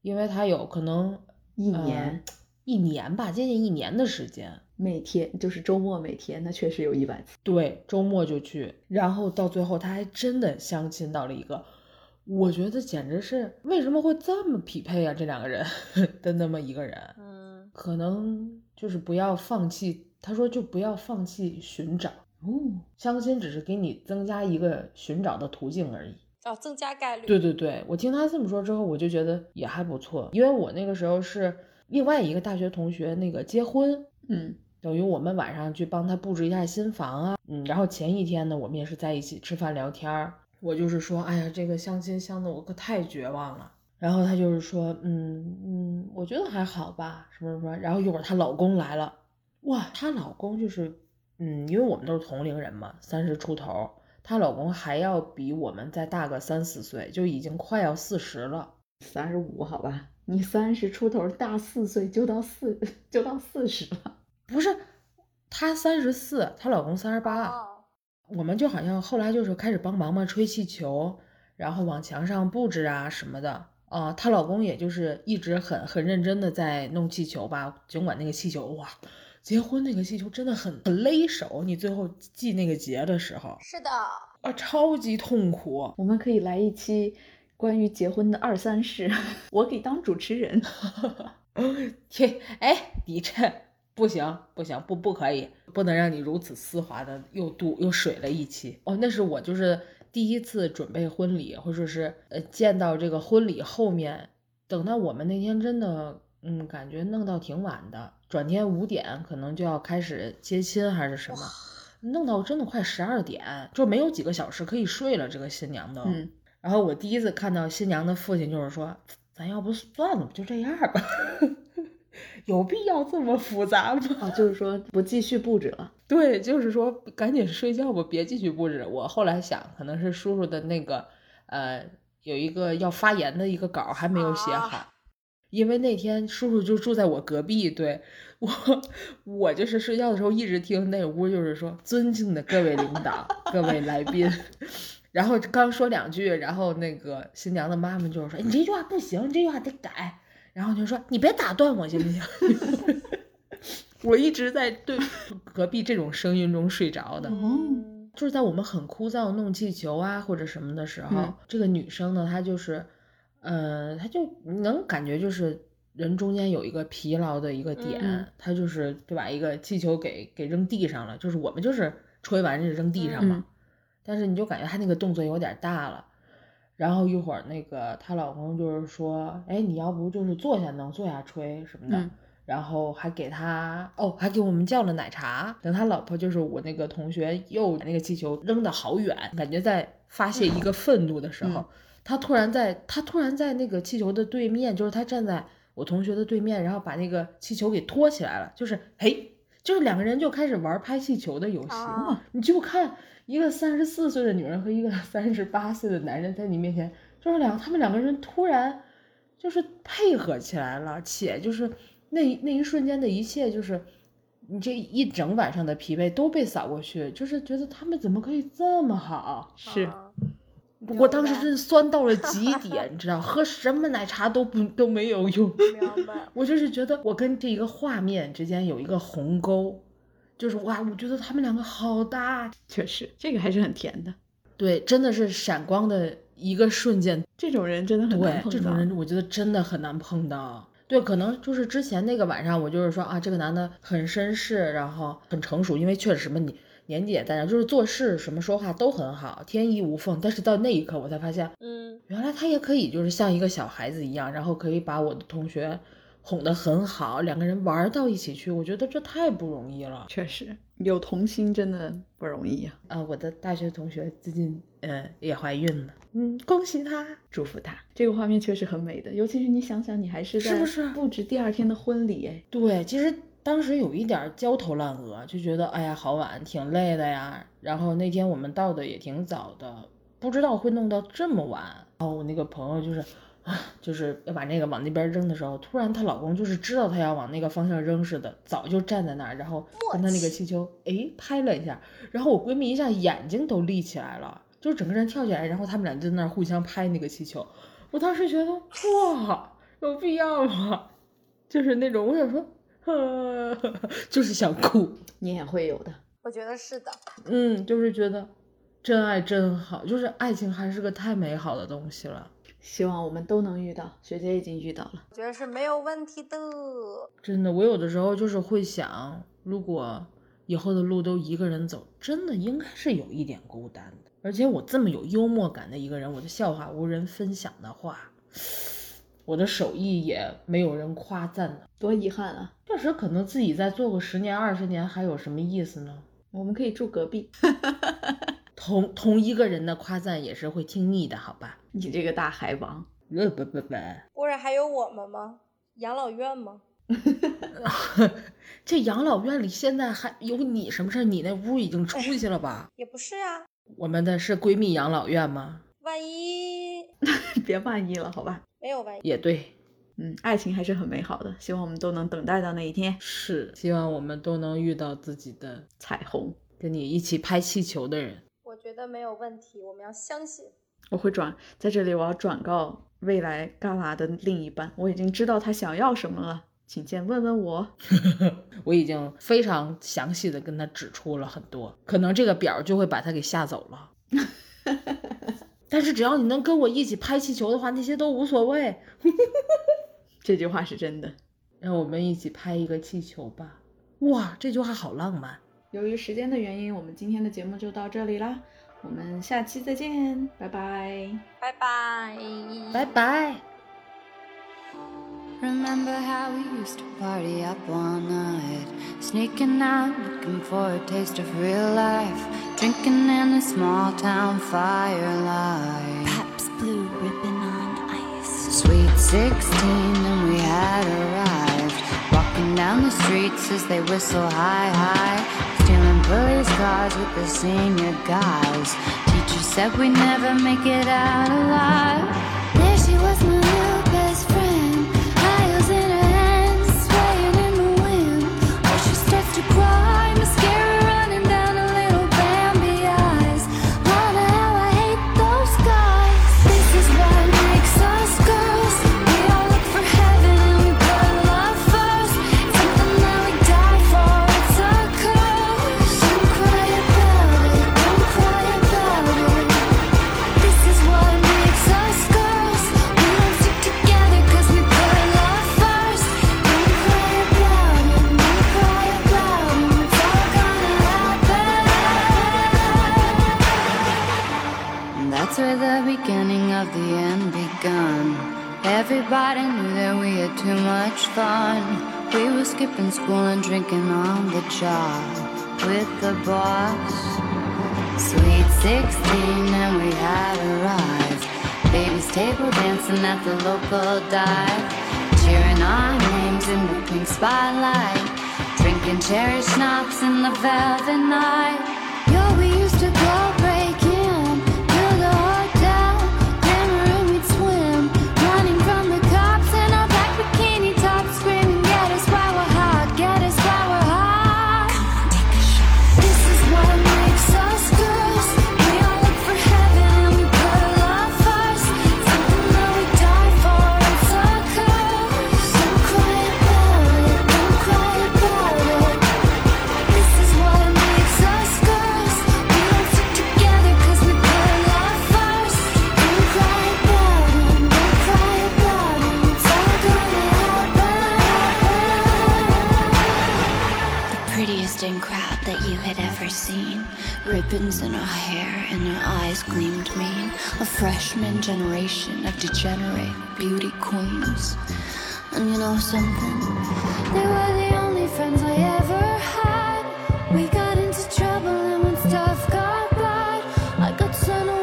Speaker 1: 因为他有可能
Speaker 2: 一
Speaker 1: 呃
Speaker 2: 年、
Speaker 1: 一年吧，接近一年的时间。
Speaker 2: 每天就是周末每天，那确实有一百次。
Speaker 1: 对，周末就去，然后到最后他还真的相亲到了一个，我觉得简直是为什么会这么匹配啊？这两个人 <laughs> 的那么一个人，
Speaker 4: 嗯，
Speaker 1: 可能就是不要放弃。他说就不要放弃寻找，
Speaker 2: 哦，
Speaker 1: 相亲只是给你增加一个寻找的途径而已。
Speaker 3: 哦，增加概率，
Speaker 1: 对对对，我听他这么说之后，我就觉得也还不错，因为我那个时候是另外一个大学同学那个结婚，
Speaker 2: 嗯
Speaker 1: 等于我们晚上去帮他布置一下新房啊，嗯，然后前一天呢，我们也是在一起吃饭聊天儿。我就是说，哎呀，这个相亲相的我可太绝望了。然后他就是说，嗯嗯，我觉得还好吧，什么什么。然后一会儿她老公来了，
Speaker 2: 哇，
Speaker 1: 她老公就是，嗯，因为我们都是同龄人嘛，三十出头，她老公还要比我们再大个三四岁，就已经快要四十了。
Speaker 2: 三十五好吧，你三十出头，大四岁就到四就到四十了。
Speaker 1: 不是，她三十四，她老公三十八，
Speaker 4: 哦，
Speaker 1: 我们就好像后来就是开始帮忙嘛，吹气球，然后往墙上布置啊什么的。啊、她老公也就是一直很很认真的在弄气球吧，尽管那个气球哇，结婚那个气球真的很很勒手，你最后系那个结的时候
Speaker 4: 是的，
Speaker 1: 啊，超级痛苦。
Speaker 2: 我们可以来一期关于结婚的二三事，我可以当主持人。
Speaker 1: 嘿，哎，你这不行，不行，不不可以，不能让你如此丝滑的又度又水了一期。哦，那是我就是第一次准备婚礼，或者是呃见到这个婚礼后面，等到我们那天真的，嗯，感觉弄到挺晚的，转天五点可能就要开始接亲还是什么，弄到真的快十二点，就没有几个小时可以睡了。这个新娘都，
Speaker 2: 嗯，
Speaker 1: 然后我第一次看到新娘的父亲就是说，咱要不算了，就这样吧， <laughs> 有必要这么复杂吗？
Speaker 2: 啊，就是说不继续布置了。
Speaker 1: 对，就是说赶紧睡觉吧，别继续布置。我后来想，可能是叔叔的那个呃有一个要发言的一个稿儿还没有写好。
Speaker 4: 啊
Speaker 1: 因为那天叔叔就住在我隔壁，对我，我就是睡觉的时候一直听那屋，就是说尊敬的各位领导、各位来宾， <laughs> 然后刚说两句，然后那个新娘的妈妈就是说：“哎你这句话不行，你这句话得改。”然后就说：“你别打断我，行 <laughs> 不行？”我一直在对隔壁这种声音中睡着的。
Speaker 4: 嗯，
Speaker 1: 就是在我们很枯燥弄气球啊或者什么的时候，
Speaker 2: 嗯
Speaker 1: 这个女生呢，她就是，呃，她就能感觉就是人中间有一个疲劳的一个点，
Speaker 2: 嗯
Speaker 1: 她就是就把一个气球给给扔地上了，就是我们就是吹完就扔地上嘛，
Speaker 2: 嗯
Speaker 1: 但是你就感觉她那个动作有点大了。然后一会儿那个她老公就是说，哎，你要不就是坐下能坐下吹什么的，
Speaker 2: 嗯
Speaker 1: 然后还给他哦，还给我们叫了奶茶。等他老婆就是我那个同学又把那个气球扔得好远，感觉在发泄一个愤怒的时候，
Speaker 2: 嗯
Speaker 1: 他突然在他突然在那个气球的对面，就是他站在我同学的对面，然后把那个气球给托起来了，就是嘿，就是两个人就开始玩拍气球的游戏。
Speaker 4: 啊
Speaker 1: 你就看一个三十四岁的女人和一个三十八岁的男人在你面前，就是两他们两个人突然就是配合起来了，且就是那一那一瞬间的一切，就是你这一整晚上的疲惫都被扫过去，就是觉得他们怎么可以这么好？
Speaker 2: 是，
Speaker 4: 啊
Speaker 1: 不过当时
Speaker 4: 明白
Speaker 1: 真是酸到了极点，你知道，喝什么奶茶都不都没有用。
Speaker 4: 明
Speaker 1: <laughs>
Speaker 4: 白。
Speaker 1: 我就是觉得我跟这一个画面之间有一个鸿沟，就是哇，我觉得他们两个好搭，
Speaker 2: 确实这个还是很甜的。
Speaker 1: 对，真的是闪光的一个瞬间。
Speaker 2: 这种人真的很难
Speaker 1: 对，
Speaker 2: 碰
Speaker 1: 这种
Speaker 2: 到
Speaker 1: 人我觉得真的很难碰到。对，可能就是之前那个晚上，我就是说啊，这个男的很绅士，然后很成熟，因为确实什么你年纪也在那，就是做事什么说话都很好，天衣无缝。但是到那一刻，我才发现，
Speaker 4: 嗯，
Speaker 1: 原来他也可以就是像一个小孩子一样，然后可以把我的同学哄得很好，两个人玩到一起去。我觉得这太不容易了。
Speaker 2: 确实有童心真的不容易啊，
Speaker 1: 啊，我的大学同学最近呃也怀孕了，嗯，恭喜她。
Speaker 2: 祝福他。这个画面确实很美的，尤其是你想想，你还是
Speaker 1: 是
Speaker 2: 在
Speaker 1: 不是啊
Speaker 2: 布置第二天的婚礼，哎，
Speaker 1: 对，其实当时有一点儿焦头烂额，就觉得哎呀好晚，挺累的呀。然后那天我们到的也挺早的，不知道会弄到这么晚。然后我那个朋友就是。啊，就是要把那个往那边扔的时候，突然她老公就是知道她要往那个方向扔似的，早就站在那儿，然后跟她那个气球哎拍了一下，然后我闺蜜一下眼睛都立起来了，就是整个人跳起来，然后他们俩就在那儿互相拍那个气球，我当时觉得哇，有必要吗？就是那种我想说， <laughs> 呵，就是想哭，
Speaker 2: 你也会有的。
Speaker 4: 我觉得是的。
Speaker 1: 嗯，就是觉得真爱真好，就是爱情还是个太美好的东西了，
Speaker 2: 希望我们都能遇到，学姐已经遇到了。
Speaker 4: 我觉得是没有问题的。
Speaker 1: 真的。我有的时候就是会想，如果以后的路都一个人走，真的应该是有一点孤单的。而且我这么有幽默感的一个人，我的笑话无人分享的话，我的手艺也没有人夸赞的。
Speaker 2: 多遗憾啊！
Speaker 1: 确实，可能自己再做个十年二十年，还有什么意思呢？
Speaker 2: 我们可以住隔壁。
Speaker 1: 同同一个人的夸赞也是会听腻的，好吧？
Speaker 2: 你这个大海王， <laughs>
Speaker 1: 呃不不不，
Speaker 4: 不是还有我们吗？养老院吗？
Speaker 1: 这养老院里现在还有你什么事儿？你那屋已经出去了吧？
Speaker 5: 也不是啊，
Speaker 1: 我们的是闺蜜养老院吗？
Speaker 5: 万一
Speaker 2: 别万一了，好吧？
Speaker 5: 没有万一，
Speaker 1: 也对，
Speaker 2: 嗯，爱情还是很美好的，希望我们都能等待到那一天
Speaker 1: 是。希望我们都能遇到自己的
Speaker 2: 彩虹。
Speaker 1: 跟你一起拍气球的人。 <laughs>
Speaker 5: 我觉得没有问题，我们要相信。
Speaker 2: 我会转在这里，我要转告未来旮旯的另一半，我已经知道他想要什么了，请见问问我。 <laughs>
Speaker 1: 我已经非常详细的跟他指出了很多，可能这个表就会把他给吓走 <laughs> 了。但是只要你能跟我一起拍气球的话，那些都无所谓。
Speaker 2: 这句话是真的。
Speaker 1: 让我们一起拍一个气球吧！哇，这句话好浪漫。
Speaker 2: 由于时间的原因，我们今天的节目就到这里啦，我们下期再见，拜拜。
Speaker 5: 拜拜，
Speaker 1: 拜拜。
Speaker 6: Remember how we used to party up all night? Sneaking out, looking for a taste of real life. Drinking in the small town firelight.
Speaker 7: Paps Blue Ribbon on Ice.
Speaker 6: Sweet 16, and we had arrived. Walking down the streets as they whistle high, high. Stealing police cars with the senior guys. Teacher said we never make it out alive.
Speaker 7: There she was, my new best friend. High heels in her hands, swaying in the wind. Oh, she starts to cry, mascara running down her little Bambi eyes. Lana, how I hate those guys. This is what makes us girls. We all look for heaven and we blow love first. Something that we die for, it's a curse. Don't cry about it. Don't cry about it. This is what makes us girls. We don't stick together 'cause we put love first. Don't cry about it. Don't cry about it. It's all gonna happen.
Speaker 6: And That's where the beginning of the end begun. Everybody knew that we had too much fun. We were skipping school and drinking on the job with the boss. Sweet 16, and we had arrived. Baby's table dancing at the local dive. Cheering our names in the pink spotlight. Drinking cherry schnapps in the velvet night.
Speaker 7: Yo, we used to go breaking through the hotel, glamour and we'd swim, running from the cops in our black bikini tops, screaming, "Get us why we're hot, get us why we're hot." Come on, take a shot. This is what makes us girls. We all look for heaven and we put love first. Something that we die for, it's a curse. Don't cry about it. Don't cry about it. This is what makes us girls. We don't stick together 'cause we put love first. Don't cry about it. Don't cry about it. It's all gonna happen.
Speaker 5: prettiest in crowd that you had ever seen. Ribbons in her hair and her eyes gleamed mean. A freshman generation of degenerate beauty queens. And you know something?
Speaker 7: They were the only friends I ever had. We got into trouble and when stuff got bad, I got sent away.